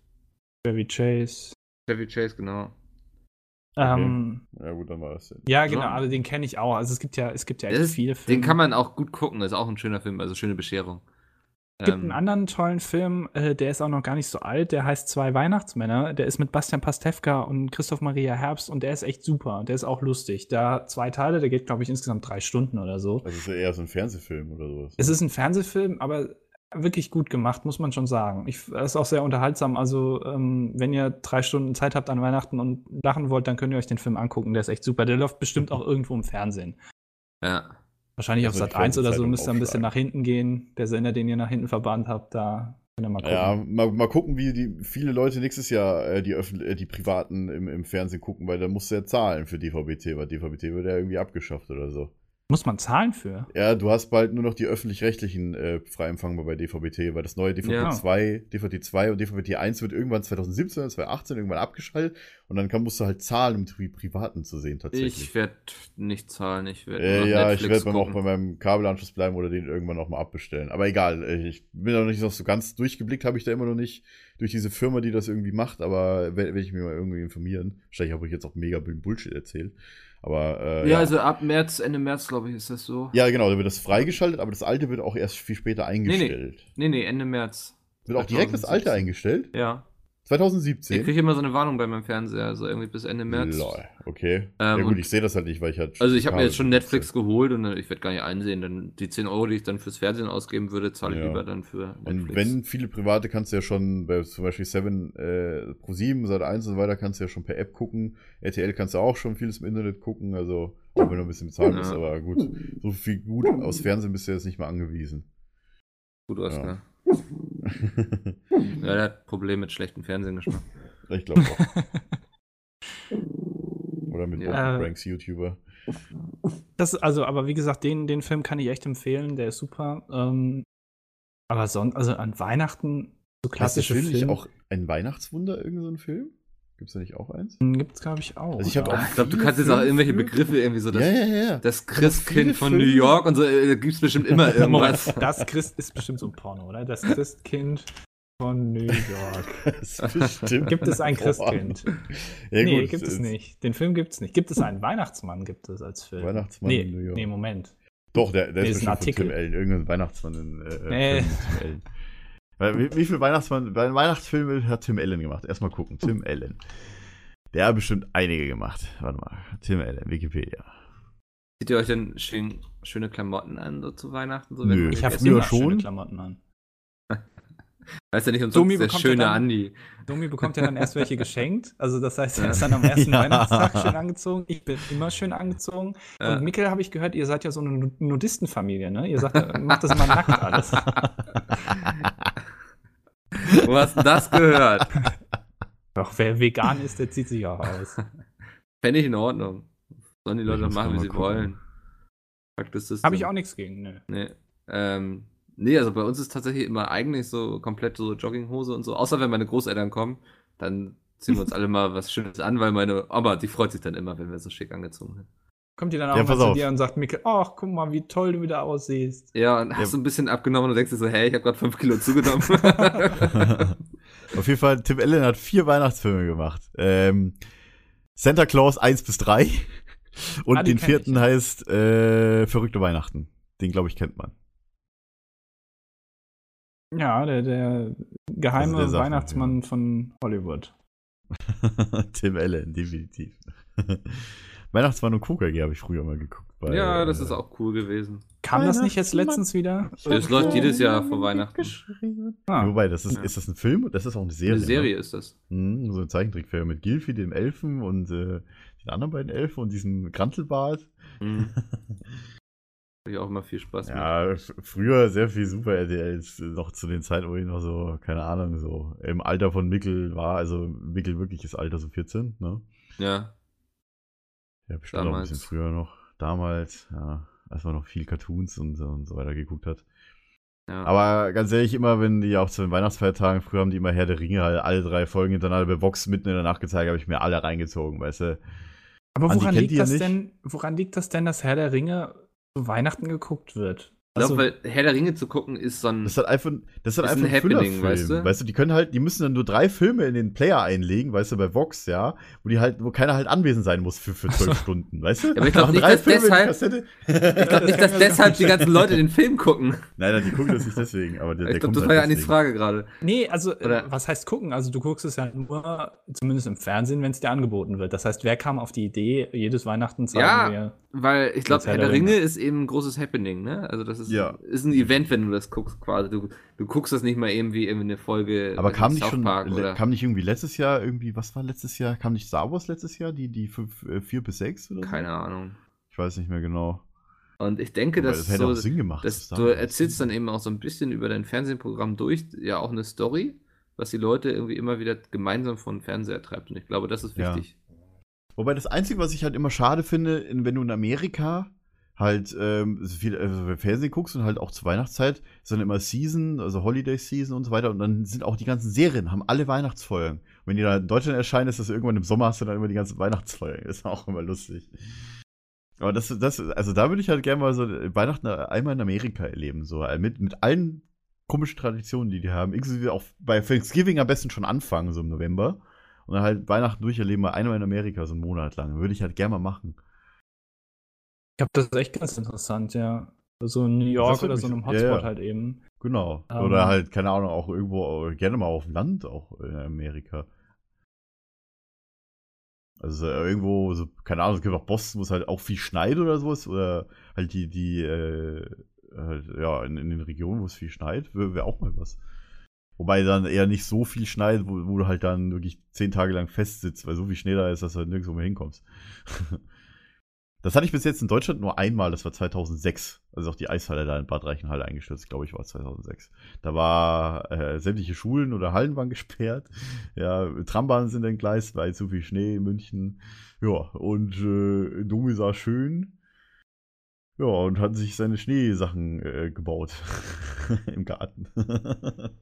Chevy Chase. Chevy Chase, genau. Ähm, Ja, gut, dann war das denn. ja, genau, Ja. aber den kenne ich auch. Also es gibt ja, es gibt ja echt Das ist- viele Filme. Den kann man auch gut gucken, das ist auch ein schöner Film, also schöne Bescherung. Ähm, Es gibt einen anderen tollen Film, äh, der ist auch noch gar nicht so alt, der heißt Zwei Weihnachtsmänner. Der ist mit Bastian Pastewka und Christoph Maria Herbst und der ist echt super. Der ist auch lustig. Da zwei Teile, der geht, glaube ich, insgesamt drei Stunden oder so. Also ist ja eher so ein Fernsehfilm oder sowas. Es ist ein Fernsehfilm, aber wirklich gut gemacht, muss man schon sagen. Ich, das ist auch sehr unterhaltsam. Also, ähm, wenn ihr drei Stunden Zeit habt an Weihnachten und lachen wollt, dann könnt ihr euch den Film angucken. Der ist echt super. Der läuft bestimmt auch irgendwo im Fernsehen. Ja. Wahrscheinlich auf Also die Sat 1 oder so Fernsehzeitung müsst ihr ein bisschen aufschlagen. nach hinten gehen. Der Sender, den ihr nach hinten verbannt habt, da könnt ihr mal gucken. Ja, mal, mal gucken, wie die, viele Leute nächstes Jahr äh, die, Öffn äh, die Privaten im, im Fernsehen gucken, weil da musst du ja zahlen für DVB-T, weil DVB-T wird ja irgendwie abgeschafft oder so. Muss man zahlen für? Ja, du hast bald nur noch die öffentlich-rechtlichen äh, frei empfangbar bei DVB-T, weil das neue DVB-2, DVB-2 und DVB-T1 wird irgendwann 2017 oder 2018 irgendwann abgeschaltet und dann kann, musst du halt zahlen, um die Privaten zu sehen Ich tatsächlich. werde nicht zahlen, ich werde äh, ja, ich werde dann auch bei meinem Kabelanschluss bleiben oder den irgendwann auch mal abbestellen. Aber egal, äh, ich bin noch nicht noch so ganz durchgeblickt, habe ich da immer noch nicht durch diese Firma, die das irgendwie macht, aber werde werd ich mir mal irgendwie informieren. Wahrscheinlich habe ich jetzt auch mega Bullshit erzählt. Aber äh, ja, also ab März, Ende März, glaube ich, ist das so. ja, genau, da wird das freigeschaltet, aber das alte wird auch erst viel später eingestellt. Nee, nee, Ende März. Wird auch direkt das alte 2017. eingestellt? Ja. Ich 2017? kriege immer so eine Warnung bei meinem Fernseher, also irgendwie bis Ende März. Lol, okay. ja Ähm, gut, und- ich sehe das halt nicht, weil ich halt. Also ich habe mir Kabel jetzt schon benutze. Netflix geholt und dann- ich werde gar nicht einsehen. Dann die 10 Euro, die ich dann fürs Fernsehen ausgeben würde, zahle ich Ja. lieber dann für Netflix. Und wenn viele private kannst du ja schon, bei zum Beispiel Seven, äh, Pro 7, Sat 1 und so weiter, kannst du ja schon per App gucken. RTL kannst du auch schon vieles im Internet gucken, also auch wenn du ein bisschen bezahlen musst, Ja. aber gut, so viel gut aus Fernsehen bist du jetzt nicht mehr angewiesen. Gut aus, Ja. ne? Ja, der hat Probleme mit schlechtem Fernsehgeschmack. ich glaube auch. Oder mit Ja. ja. Ranks YouTuber. Das, also, aber wie gesagt, den, den Film kann ich echt empfehlen, der ist super. Ähm, aber sonst, also an Weihnachten, so Hast du klassische Film nicht Filme. auch ein Weihnachtswunder, irgendeinen so einen Film? Gibt's da nicht auch eins? Gibt's, glaube ich, auch. Also ich hab ja. auch- Ich glaube, du Viele kannst jetzt auch Filme- irgendwelche Begriffe irgendwie so das, ja, ja, ja, ja. das viele Christkind von Filme- New York und so, äh, da gibt's bestimmt immer irgendwas. Das Christ ist bestimmt so ein Porno, oder? Das Christkind von New York. Das ist bestimmt Gibt es ein Boah. Christkind? Ja, nee, gut, gibt es äh, nicht. Den Film gibt's nicht. Gibt es einen Weihnachtsmann, gibt es als Film? Weihnachtsmann nee, in New York. nee, Moment. Äh, Doch, der, der Nee, ist, ist ein bestimmt von Tim Artikel. Allen. Irgendein Weihnachtsmann in äh, Nee. Film mit Tim Allen. Weil, wie, wie viele Weihnachtsmann, weil Weihnachtsfilme hat Tim Allen gemacht? Erstmal gucken. Tim Allen. Der hat bestimmt einige gemacht. Warte mal. Tim Allen, Wikipedia. Zieht ihr euch denn schön, schöne Klamotten an, so zu Weihnachten? So, Nö. wenn- Ich habe früher immer schon. schöne Klamotten an. Weißt ja nicht, umsonst Domi der bekommt ja schöne dann- Andi. Domi bekommt ja dann erst welche geschenkt. Also das heißt, Ja. er ist dann am ersten Ja. Weihnachtstag schön angezogen. Ich bin immer schön angezogen. Ja. Und Mikkel habe ich gehört, ihr seid ja so eine Nu- Nudistenfamilie, ne? Ihr sagt, äh, macht das mal nackt alles. Wo hast du das gehört? Doch, wer vegan ist, der zieht sich auch aus. Fände ich in Ordnung. Sollen die Ich Leute muss machen, mal wie sie gucken. wollen. Fakt ist das. Habe ich auch nichts gegen, ne? Nee. Ähm, nee, also bei uns ist tatsächlich immer eigentlich so komplett so Jogginghose und so. Außer wenn meine Großeltern kommen, dann ziehen wir uns alle mal was Schönes an, weil meine Oma, die freut sich dann immer, wenn wir so schick angezogen sind. Kommt ihr dann Ja, auch mal pass zu auf. dir und sagt, Mikkel, ach, guck mal, wie toll du wieder aussiehst. Ja, und Ja. hast so ein bisschen abgenommen und denkst dir so, hey, ich habe gerade fünf Kilo zugenommen. Auf jeden Fall, Tim Allen hat vier Weihnachtsfilme gemacht. Ähm, Santa Claus 1 bis 3. Und Ah, die den kenn vierten ich. heißt äh, Verrückte Weihnachten. Den, glaube ich, kennt man. Ja, der, der geheime Also der sagt Weihnachtsmann von Hollywood. Tim Allen, definitiv. Weihnachtsmann und Coca-G habe ich früher mal geguckt. bei, ja, das äh, ist auch cool gewesen. Kam das nicht jetzt Weihnachtsmann. letztens wieder? Das läuft jedes Jahr vor Weihnachten. Ah, Wobei, das ist, Ja. ist das ein Film? Das ist auch eine Serie. Eine Serie Ne? ist das. Hm, so ein Zeichentrickfilm mit Gilfi, dem Elfen und äh, den anderen beiden Elfen und diesem Grantelbart. Mhm. Hab ich auch immer viel Spaß mit. Ja, f- früher sehr viel Super RTLs, äh, noch zu den Zeiten, wo ich noch so, keine Ahnung, so also im Alter von Mickel war, also Mickel wirkliches Alter, so 14, ne? Ja. Ja, bestimmt auch ein Damals. bisschen früher noch. Damals, ja, als man noch viel Cartoons und, so- und so weiter geguckt hat. Ja. Aber ganz ehrlich, immer wenn die auch zu den Weihnachtsfeiertagen, früher haben die immer Herr der Ringe halt alle drei Folgen hintereinander bei Vox mitten in der Nacht gezeigt, habe ich mir alle reingezogen, weißt Hm. du. Aber Andi, woran kennt liegt, ihr das nicht? denn, woran liegt das denn, dass Herr der Ringe zu Weihnachten geguckt wird? Ich Also, glaube, weil Herr der Ringe zu gucken ist so ein. Das ist halt einfach, das ist halt Ist einfach ein ein Happening, Füllerfilm, weißt du? weißt du? Die können halt, die müssen dann nur drei Filme in den Player einlegen, weißt du, bei Vox, ja, wo die halt, wo keiner halt anwesend sein muss für, für zwölf Stunden, weißt du? aber ich glaub Machen nicht, dass in die deshalb- Kassette. ich glaube nicht, dass deshalb die ganzen Leute den Film gucken. Nein, nein, die gucken das nicht deswegen, aber der, der Ich glaube, kommt das halt war ja Anis deswegen. Frage gerade. nee, also, äh, Oder- was heißt gucken? Also, du guckst es ja nur, zumindest im Fernsehen, wenn es dir angeboten wird. Das heißt, wer kam auf die Idee, jedes Weihnachten zeigen Ja. wir? Weil ich Das glaube, ist Herr Herr der der Ringe ist eben ein großes Happening, ne? Also das ist, Ja. ist ein Event, wenn du das guckst quasi. Du, du guckst das nicht mal eben wie irgendwie eine Folge Aber äh, kam nicht South schon, Park le- oder kam nicht irgendwie letztes Jahr irgendwie, was war letztes Jahr? Kam nicht Star Wars letztes Jahr? Die, die fünf, äh, vier bis sechs oder so? keine Ahnung. Ich weiß nicht mehr genau. Und ich denke, Aber dass das hätte so, auch Sinn gemacht. Das, Star du Wars. erzählst dann eben auch so ein bisschen über dein Fernsehprogramm durch, ja auch eine Story, was die Leute irgendwie immer wieder gemeinsam von Fernseher treibt. Und ich glaube, das ist Ja. wichtig. Wobei das Einzige, was ich halt immer schade finde, in- wenn du in Amerika halt ähm, so viel äh, Fernsehen guckst und halt auch zur Weihnachtszeit, ist dann immer Season, also Holiday Season und so weiter und dann sind auch die ganzen Serien, haben alle Weihnachtsfolgen. Und wenn die da in Deutschland erscheinen, ist das irgendwann im Sommer, hast du dann immer die ganzen Weihnachtsfolgen. Ist auch immer lustig. Aber das, das, also da würde ich halt gerne mal so Weihnachten einmal in Amerika erleben, so äh, mit, mit allen komischen Traditionen, die die haben, inklusive auch bei Thanksgiving am besten schon anfangen, so im November. Und dann halt Weihnachten durcherleben, mal einmal in Amerika, so einen Monat lang. Würde ich halt gerne mal machen. Ich glaube, das ist echt ganz interessant, ja. So in New York würde oder so mich- einem ja, Hotspot ja. halt eben. Genau. Ähm. Oder halt, keine Ahnung, auch irgendwo, äh, gerne mal auf dem Land auch in Amerika. Also äh, irgendwo, so, keine Ahnung, es gibt auch Boston, wo es halt auch viel schneit oder sowas. Oder halt die, die, äh, halt, ja, in, in den Regionen, wo es viel schneit, wäre wär auch mal was. Wobei dann eher nicht so viel schneit, wo, wo du halt dann wirklich zehn Tage lang festsitzt, weil so viel Schnee da ist, dass du halt nirgendwo mehr hinkommst. Das hatte ich bis jetzt in Deutschland nur einmal, das war 2006. Also auch die Eishalle da in Bad Reichenhall eingestürzt, glaube ich, war es 2006. Da war äh, sämtliche Schulen oder Hallen waren gesperrt. Ja, Trambahnen sind entgleist, weil zu viel Schnee in München. Ja, und äh, Domi sah schön. Ja, und hat sich seine Schneesachen äh, gebaut im Garten.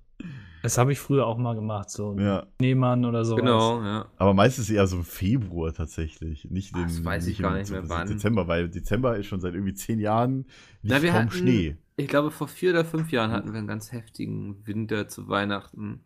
Das habe ich früher auch mal gemacht, so ja. ja, Schneemann oder sowas. Genau, ja. aber meistens eher so im Februar tatsächlich, nicht im Ah, das weiß ich im gar nicht mehr, wann. Dezember, weil Dezember ist schon seit irgendwie zehn Jahren Na, liegt wir kaum hatten- Schnee. Ich glaube, vor vier oder fünf Hm. Jahren hatten wir einen ganz heftigen Winter zu Weihnachten.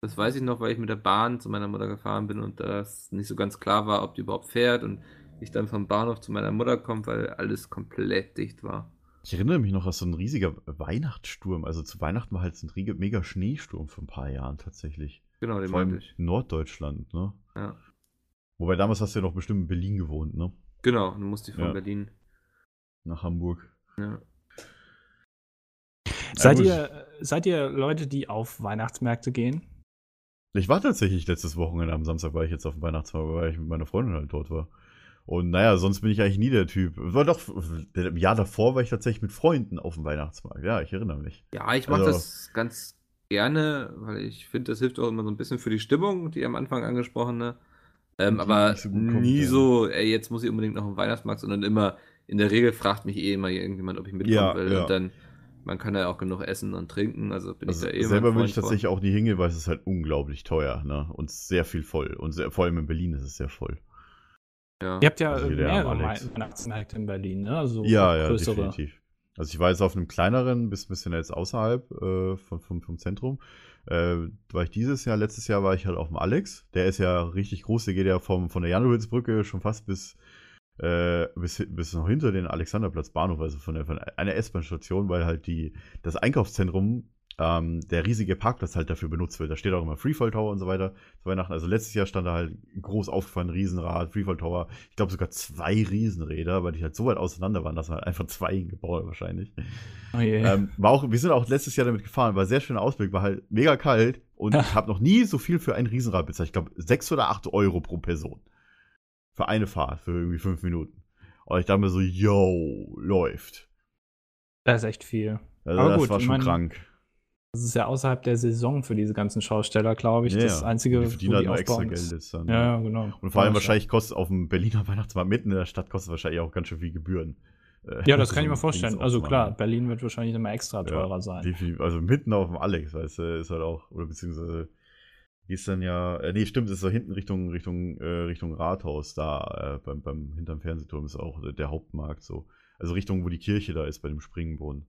Das weiß ich noch, weil ich mit der Bahn zu meiner Mutter gefahren bin und das nicht so ganz klar war, ob die überhaupt fährt und ich dann vom Bahnhof zu meiner Mutter komme, weil alles komplett dicht war. Ich erinnere mich noch, dass so ein riesiger Weihnachtssturm, also zu Weihnachten war halt so ein riesiger, mega Schneesturm vor ein paar Jahren tatsächlich. Genau, den Vor allem meinte in ich. Norddeutschland, ne? Ja. Wobei damals hast du ja noch bestimmt in Berlin gewohnt, ne? Genau, dann musste ich von Ja. Berlin. Nach Hamburg. Ja. Seid gut. ihr, seid ihr Leute, die auf Weihnachtsmärkte gehen? Ich war tatsächlich letztes Wochenende am Samstag, war ich jetzt auf dem Weihnachtsmarkt, weil ich mit meiner Freundin halt dort war. Und naja, sonst bin ich eigentlich nie der Typ. War doch, im Jahr davor war ich tatsächlich mit Freunden auf dem Weihnachtsmarkt. Ja, ich erinnere mich. Ja, ich mache Also- das ganz gerne, weil ich finde, das hilft auch immer so ein bisschen für die Stimmung, die am Anfang angesprochene. Ähm, Die aber nicht so gut kommt, nie ja. so, ey, jetzt muss ich unbedingt noch einen Weihnachtsmarkt, sondern immer, in der Regel fragt mich eh immer irgendjemand, ob ich mitkommen Ja, will. ja. Und dann, man kann ja auch genug essen und trinken, also bin Also ich da eh immer selber ein würde ich Freund von. tatsächlich auch nie hingehen, weil es ist halt unglaublich teuer, ne? Und sehr viel voll. Und sehr, vor allem in Berlin ist es sehr voll. Ja. Ihr habt ja Also äh, hier der arme mehrere Alex. Wei- Weihnachtsmärkte in Berlin, ne? Also Ja, auch ja, größere. definitiv. Also ich war jetzt auf einem kleineren, bis ein bisschen jetzt außerhalb äh, von, vom, vom Zentrum. Äh, war ich dieses Jahr, letztes Jahr war ich halt auf dem Alex. Der ist ja richtig groß, der geht ja vom, von der Janowitzbrücke schon fast bis, äh, bis, bis noch hinter den Alexanderplatz Bahnhof, also von, der, von einer S-Bahn-Station, weil halt die, das Einkaufszentrum, ähm, der riesige Parkplatz halt dafür benutzt wird. Da steht auch immer Freefall Tower und so weiter zu Weihnachten. Also letztes Jahr stand da halt groß aufgefahren, Riesenrad, Freefall Tower, ich glaube sogar zwei Riesenräder, weil die halt so weit auseinander waren, dass man halt einfach zwei hingebaut hat wahrscheinlich. Oh je. Ähm, war auch, wir sind auch letztes Jahr damit gefahren, war sehr schöner Ausblick, war halt mega kalt und ich habe noch nie so viel für ein Riesenrad bezahlt. Ich glaube, sechs oder acht Euro pro Person. Für eine Fahrt, für irgendwie fünf Minuten. Und ich dachte mir so, yo, läuft. das ist echt viel. Also Aber das gut, war ich schon meine- krank. Das ist ja außerhalb der Saison für diese ganzen Schausteller, glaube ich. Ja, das ja. einzige, die verdienen halt nur extra aufbauen, Geld ist- jetzt dann. Ja, ja, genau. Und vor allem wahrscheinlich kostet auf dem Berliner Weihnachtsmarkt mitten in der Stadt kostet wahrscheinlich auch ganz schön viel Gebühren. Äh, Ja, das so kann ich mir ein vorstellen. Dings Also klar, aufzumachen. Berlin wird wahrscheinlich immer extra Ja. teurer sein. Wie viel, also mitten auf dem Alex, weißt du, ist halt auch, oder beziehungsweise ist dann ja, äh, nee, stimmt, ist da hinten Richtung, Richtung, äh, Richtung Rathaus da, äh, beim, beim, hinterm Fernsehturm ist auch äh, der Hauptmarkt so. Also Richtung, wo die Kirche da ist, bei dem Springbrunnen.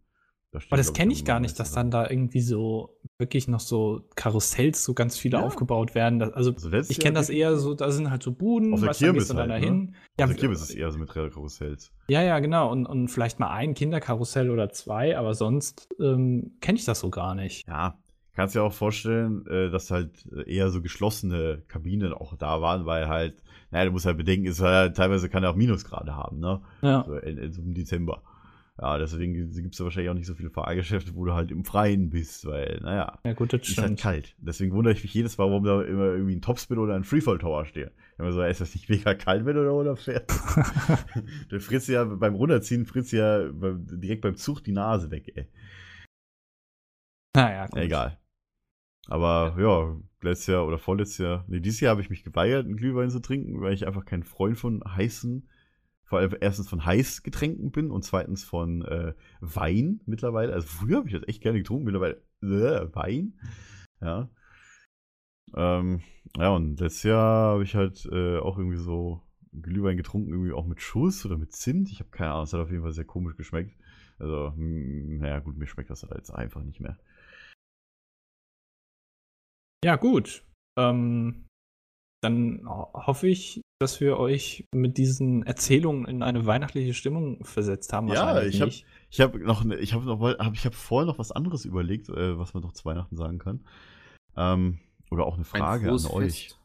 Da stehen, Aber das glaub kenne am ich gar nicht, dass meisten dann da irgendwie so wirklich noch so Karussells, so ganz viele Ja. aufgebaut werden. Das, also Also letztes ich kenne Jahr das eher so, da sind halt so Buden, Auf der weißt du, dann Kirmes gehst du dann halt, dahin. Ja, also Kirmes ist eher so mit Karussells. ja, ja, genau. Und, und vielleicht mal ein Kinderkarussell oder zwei, aber sonst ähm, kenne ich das so gar nicht. Ja, kannst dir auch vorstellen, äh, dass halt eher so geschlossene Kabinen auch da waren, weil halt, naja, du musst halt bedenken, ist halt, teilweise kann er auch Minusgrade haben, ne? Ja. So in, in, so im Dezember. Ja, deswegen gibt es ja wahrscheinlich auch nicht so viele Fahrgeschäfte, wo du halt im Freien bist, weil, naja, Ja, gut, das ist halt stimmt. kalt. Deswegen wundere ich mich jedes Mal, warum da immer irgendwie ein Topspin oder ein Freefall Tower steht. Immer so, ist das nicht mega kalt, wenn du da runterfährst? du fritzt ja beim Runterziehen, fritzt ja beim, direkt beim Zug die Nase weg, ey. Naja, gut. Egal. Aber ja, letztes Jahr oder vorletztes Jahr, nee, dieses Jahr habe ich mich geweigert, einen Glühwein zu trinken, weil ich einfach kein Freund von heißen, vor allem erstens von Heißgetränken bin und zweitens von äh, Wein mittlerweile. Also früher habe ich das echt gerne getrunken, mittlerweile äh, Wein. Ja. Ähm, ja, und letztes Jahr habe ich halt äh, auch irgendwie so Glühwein getrunken, irgendwie auch mit Schuss oder mit Zimt. Ich habe keine Ahnung, es hat auf jeden Fall sehr komisch geschmeckt. Also, mh, naja, gut, mir schmeckt das halt jetzt einfach nicht mehr. Ja, gut. Ähm, dann ho- hoffe ich, dass wir euch mit diesen Erzählungen in eine weihnachtliche Stimmung versetzt haben. Ja, Wahrscheinlich ich hab- nicht. Ich habe noch, ne- ich habe noch, mal- hab, ich habe vorher noch was anderes überlegt, äh, was man noch zu Weihnachten sagen kann. Ähm, oder auch eine Frage an euch.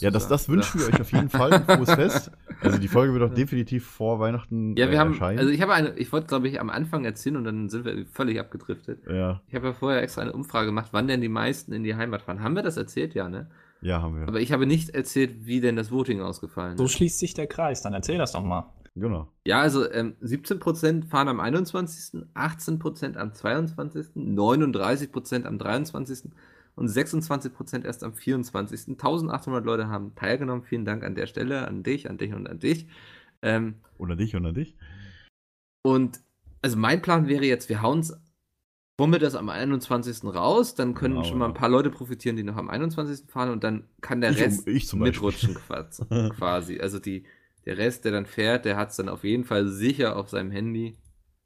Ja, das, das wünschen wir euch auf jeden Fall. Ein frohes Fest. Also die Folge wird auch Ja. definitiv vor Weihnachten Ja, wir äh, haben, erscheinen. also ich habe eine, ich wollte glaube ich am Anfang erzählen und dann sind wir völlig abgedriftet. ja, Ich habe ja vorher extra eine Umfrage gemacht, wann denn die meisten in die Heimat fahren. Haben wir das erzählt? Ja, ne? ja, haben wir. Aber ich habe nicht erzählt, wie denn das Voting ausgefallen So ist. schließt sich der Kreis. Dann erzähl das doch mal. genau. Ja, also ähm, 17% fahren am 21., 18% am 22., 39% am 23. und 26% erst am 24. 1800 Leute haben teilgenommen. Vielen Dank an der Stelle, an dich, an dich und an dich. Ähm, Und an dich und an dich. und also mein Plan wäre jetzt, wir hauen es das am 21. raus, dann können Genau, schon mal ja. ein paar Leute profitieren, die noch am 21. fahren und dann kann der ich, Rest um- ich zum Beispiel. mitrutschen quasi. quasi. Also die, der Rest, der dann fährt, der hat es dann auf jeden Fall sicher auf seinem Handy.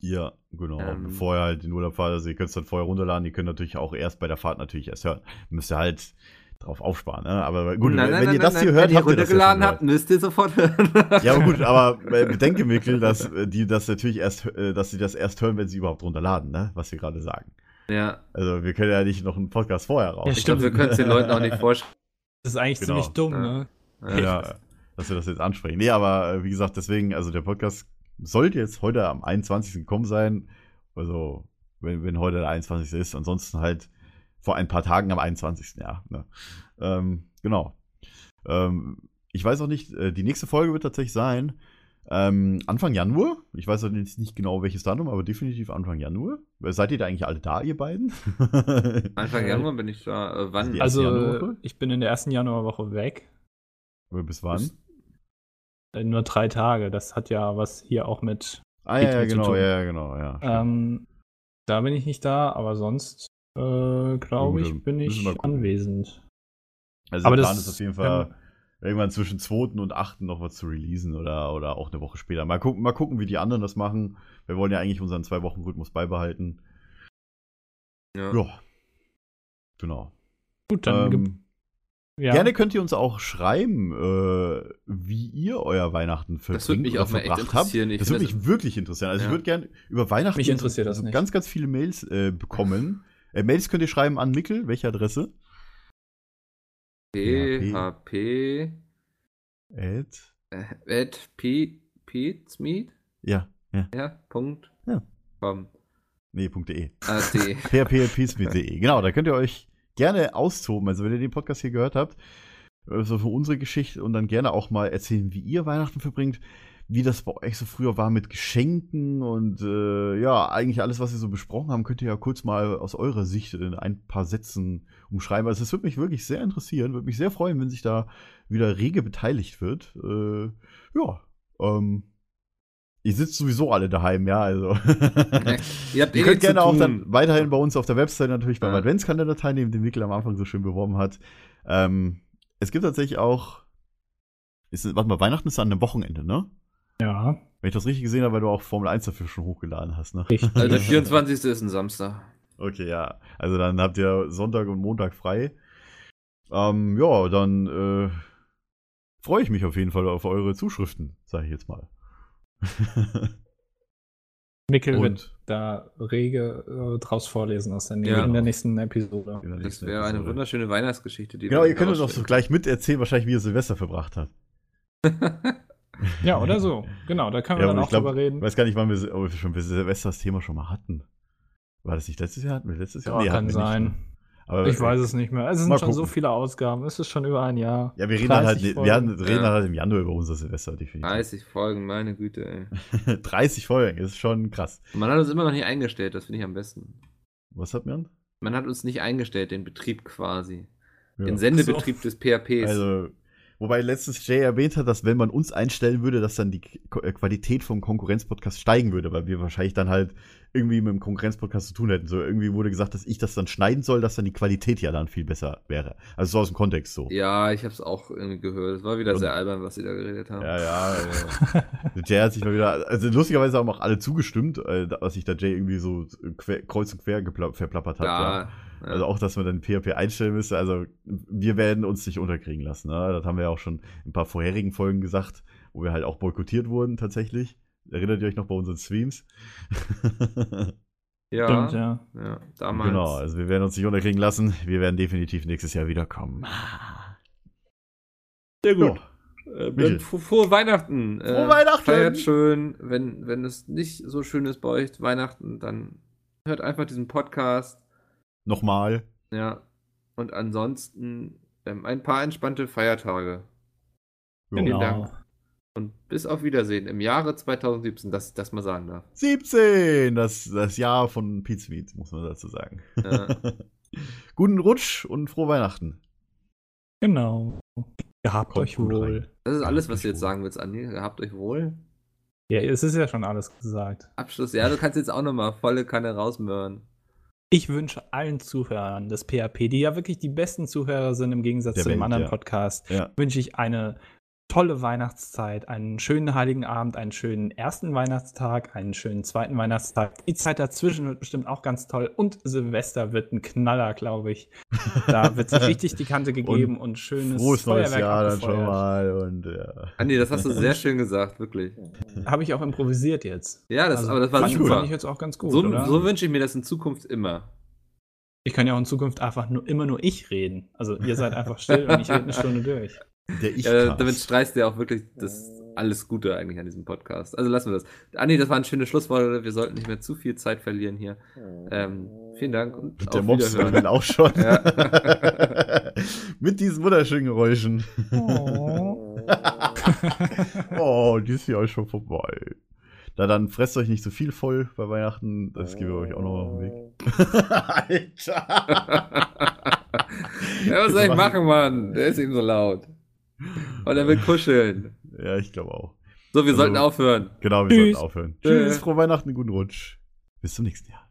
Ja, genau. Ähm. Bevor ihr halt den Urlaub fahrt, also ihr könnt es dann vorher runterladen, ihr könnt natürlich auch erst bei der Fahrt natürlich erst hören. Müsst ihr halt drauf aufsparen, ne? Aber gut, wenn ihr das hier hört, wenn ihr habt ihr das ja schon runtergeladen gehört. habt, müsst ihr sofort hören. Ja, aber gut, aber äh, bedenke, Mikkel, dass äh, die das natürlich erst, äh, dass sie das erst hören, wenn sie überhaupt runterladen, ne? Was wir gerade sagen. ja. Also wir können ja nicht noch einen Podcast vorher raus. Ja, Ich glaube, wir können es den Leuten auch nicht vorstellen. Das ist eigentlich Genau. ziemlich dumm, Ja. ne? ja, dass wir das jetzt ansprechen. Nee, aber äh, wie gesagt, deswegen, also der Podcast sollte jetzt heute am 21. gekommen sein. Also, wenn, wenn heute der 21. ist, ansonsten halt vor ein paar Tagen am 21. Ja. Ne? Ähm, genau. Ähm, ich weiß auch nicht, äh, die nächste Folge wird tatsächlich sein. Ähm, Anfang Januar. Ich weiß auch jetzt nicht genau, welches Datum, aber definitiv Anfang Januar. Seid ihr da eigentlich alle da, ihr beiden? Anfang Januar bin ich da. Äh, wann? Die erste Also, Januarwoche? ich bin in der ersten Januarwoche weg. Bis wann? Äh, Nur drei Tage. Das hat ja was hier auch mit. Ah, ja, ja, Nichts mehr zu genau, tun. ja, ja, genau, ja. stimmt. Ähm, da bin ich nicht da, aber sonst, äh, glaube gut, ich, dann bin müssen ich wir gucken. anwesend. Also Aber der das Plan ist auf jeden Fall irgendwann zwischen 2. und 8. noch was zu releasen oder, oder auch eine Woche später. Mal gucken, mal gucken, wie die anderen das machen. Wir wollen ja eigentlich unseren Zwei-Wochen-Rhythmus beibehalten. Ja. Ja. Genau. Gut, dann. ge- Ähm, ja. Gerne könnt ihr uns auch schreiben, äh, wie ihr euer Weihnachten verbringt Das würde mich oder auch mal echt verbracht habt. interessieren. Ich Das find würde mich wirklich interessieren. Also Ja. ich würde gerne über Weihnachten Mich interessiert das nicht. ganz, ganz viele Mails äh, bekommen. äh, Mails könnt ihr schreiben an Mickel. Welche Adresse? PHP. Ed. Äh, at P. Pizmeet. Ja, ja. Ja, Punkt. Ja. Com. Ah, Nee, .de. AD. phppeace.de. Genau, da könnt ihr euch gerne austoben. Also, wenn ihr den Podcast hier gehört habt, äh, so für unsere Geschichte und dann gerne auch mal erzählen, wie ihr Weihnachten verbringt. wie das bei euch so früher war mit Geschenken und äh, ja, eigentlich alles, was wir so besprochen haben, könnt ihr ja kurz mal aus eurer Sicht in ein paar Sätzen umschreiben. Also es würde mich wirklich sehr interessieren, würde mich sehr freuen, wenn sich da wieder rege beteiligt wird. Äh, ja, ähm, ihr sitzt sowieso alle daheim, ja, also. Ihr habt eh Ihr könnt nichts zu gerne auch tun. dann weiterhin bei uns auf der Website natürlich beim Ja. Adventskalender teilnehmen, den Mikkel am Anfang so schön beworben hat. Ähm, es gibt tatsächlich auch. Ist, warte mal, Weihnachten ist an einem Wochenende, ne? Ja. Wenn ich das richtig gesehen habe, weil du auch Formel 1 dafür schon hochgeladen hast, ne? Richtig. Also der 24. ist ein Samstag. Okay, ja. Also dann habt ihr Sonntag und Montag frei. Ähm, ja, dann äh, freue ich mich auf jeden Fall auf eure Zuschriften, sage ich jetzt mal. Mickel wird und da rege äh, draus vorlesen aus der, Ja. in der nächsten Episode. in der Das nächsten wäre eine Episode. wunderschöne Weihnachtsgeschichte. Die Genau, wir ihr könnt uns auch so ausstellen. gleich miterzählen, wahrscheinlich, wie ihr Silvester verbracht habt. Ja, oder so. Genau, da können Ja, wir dann aber auch ich glaub, drüber reden. Ich weiß gar nicht, wann wir, ob wir schon Silvester das Thema schon mal hatten. War das nicht letztes Jahr? Hatten wir letztes Jahr? Ja, hatten kann wir nicht, sein. ne? Aber, Ich weiß es nicht mehr. Es sind Mal schon so gucken. viele Ausgaben. Es ist schon über ein Jahr. Ja, wir reden dann halt, 30 wir hatten- Folgen. reden Ja. halt im Januar über unser Silvester, definitiv. 30 Folgen, meine Güte, ey. 30 Folgen, ist schon krass. Man hat uns immer noch nicht eingestellt, das finde ich am besten. Was hat man? Man hat uns nicht eingestellt, den Betrieb quasi. Ja. Den Sendebetrieb des PHPs. Also, wobei letztens Jay erwähnt hat, dass wenn man uns einstellen würde, dass dann die Qu- äh, Qualität vom Konkurrenzpodcast steigen würde, weil wir wahrscheinlich dann halt irgendwie mit dem Konkurrenzpodcast zu tun hätten. So irgendwie wurde gesagt, dass ich das dann schneiden soll, dass dann die Qualität ja dann viel besser wäre. Also so aus dem Kontext so. ja, ich habe es auch irgendwie gehört. Es war wieder Und- sehr albern, was sie da geredet haben. Ja, ja. ja. äh, Jay hat sich mal wieder, also lustigerweise haben auch alle zugestimmt, äh, da- was sich da Jay irgendwie so quer, kreuz und quer gepla- verplappert hat. Ja. Ja, ja. Also auch, dass man dann PHP einstellen müsste. Also wir werden uns nicht unterkriegen lassen. Ne? Das haben wir ja auch schon in ein paar vorherigen Folgen gesagt, wo wir halt auch boykottiert wurden tatsächlich. Erinnert ihr euch noch bei unseren Streams? ja, Stimmt, ja. ja. damals. genau, also wir werden uns nicht unterkriegen lassen. Wir werden definitiv nächstes Jahr wiederkommen. Sehr Ja, Äh, Michel. dann fro- frohe Weihnachten. Frohe Weihnachten! Feiert schön. Wenn, wenn es nicht so schön ist bei euch, Weihnachten, dann hört einfach diesen Podcast. nochmal. Ja. Und ansonsten ähm, ein paar entspannte Feiertage. Ja. Vielen Genau. Dank. Und bis auf Wiedersehen im Jahre 2017, dass ich das mal sagen darf. 17, das, das Jahr von Pete's Meat, muss man dazu sagen. Ja. Guten Rutsch und frohe Weihnachten. Genau. Gehabt Kommt euch gut wohl. rein. Das ist Ja, alles, was du ich jetzt wohl. sagen willst, Andi. Habt euch wohl. Ja, es ist ja schon alles gesagt. Abschluss. Ja, du kannst jetzt auch nochmal volle Kanne rausmöhren. Ich wünsche allen Zuhörern des PHP, die ja wirklich die besten Zuhörer sind im Gegensatz Der zu dem Welt, anderen ja. Podcast, Ja. wünsche ich eine tolle Weihnachtszeit, einen schönen heiligen Abend, einen schönen ersten Weihnachtstag, einen schönen zweiten Weihnachtstag. Die Zeit dazwischen wird bestimmt auch ganz toll und Silvester wird ein Knaller, glaube ich. Da wird sich richtig die Kante gegeben und, schönes Frohes neues Jahr dann schon abgefeuert. mal und äh, ja. Andi, das hast du sehr schön gesagt, wirklich. Habe ich auch improvisiert jetzt. Ja, das, Also, aber das war fand, super. Fand ich jetzt auch ganz gut, so oder? so wünsche ich mir das in Zukunft immer. ich kann ja auch in Zukunft einfach nur, immer nur ich reden. Also ihr seid einfach still und ich rede eine Stunde durch. Der ich Ja, damit streichst du ja auch wirklich das alles Gute eigentlich an diesem Podcast. Also lassen wir das. Andi, das waren schöne Schlussworte. Wir sollten nicht mehr zu viel Zeit verlieren hier. Ähm, vielen Dank und Und auf der Mops Wiederhören. irgendwann auch schon. Ja. Mit diesen wunderschönen Geräuschen. oh, die ist ja auch schon vorbei. Na dann fresst euch nicht so viel voll bei Weihnachten. Das geben wir euch auch noch auf den Weg. Alter! ja, was soll ich machen, Mann? Der ist eben so laut. Und er will kuscheln. Ja, ich glaube auch. So, wir Also- sollten aufhören. Genau, wir Tschüss. sollten aufhören. Tschö. Tschüss, frohe Weihnachten, guten Rutsch. Bis zum nächsten Jahr.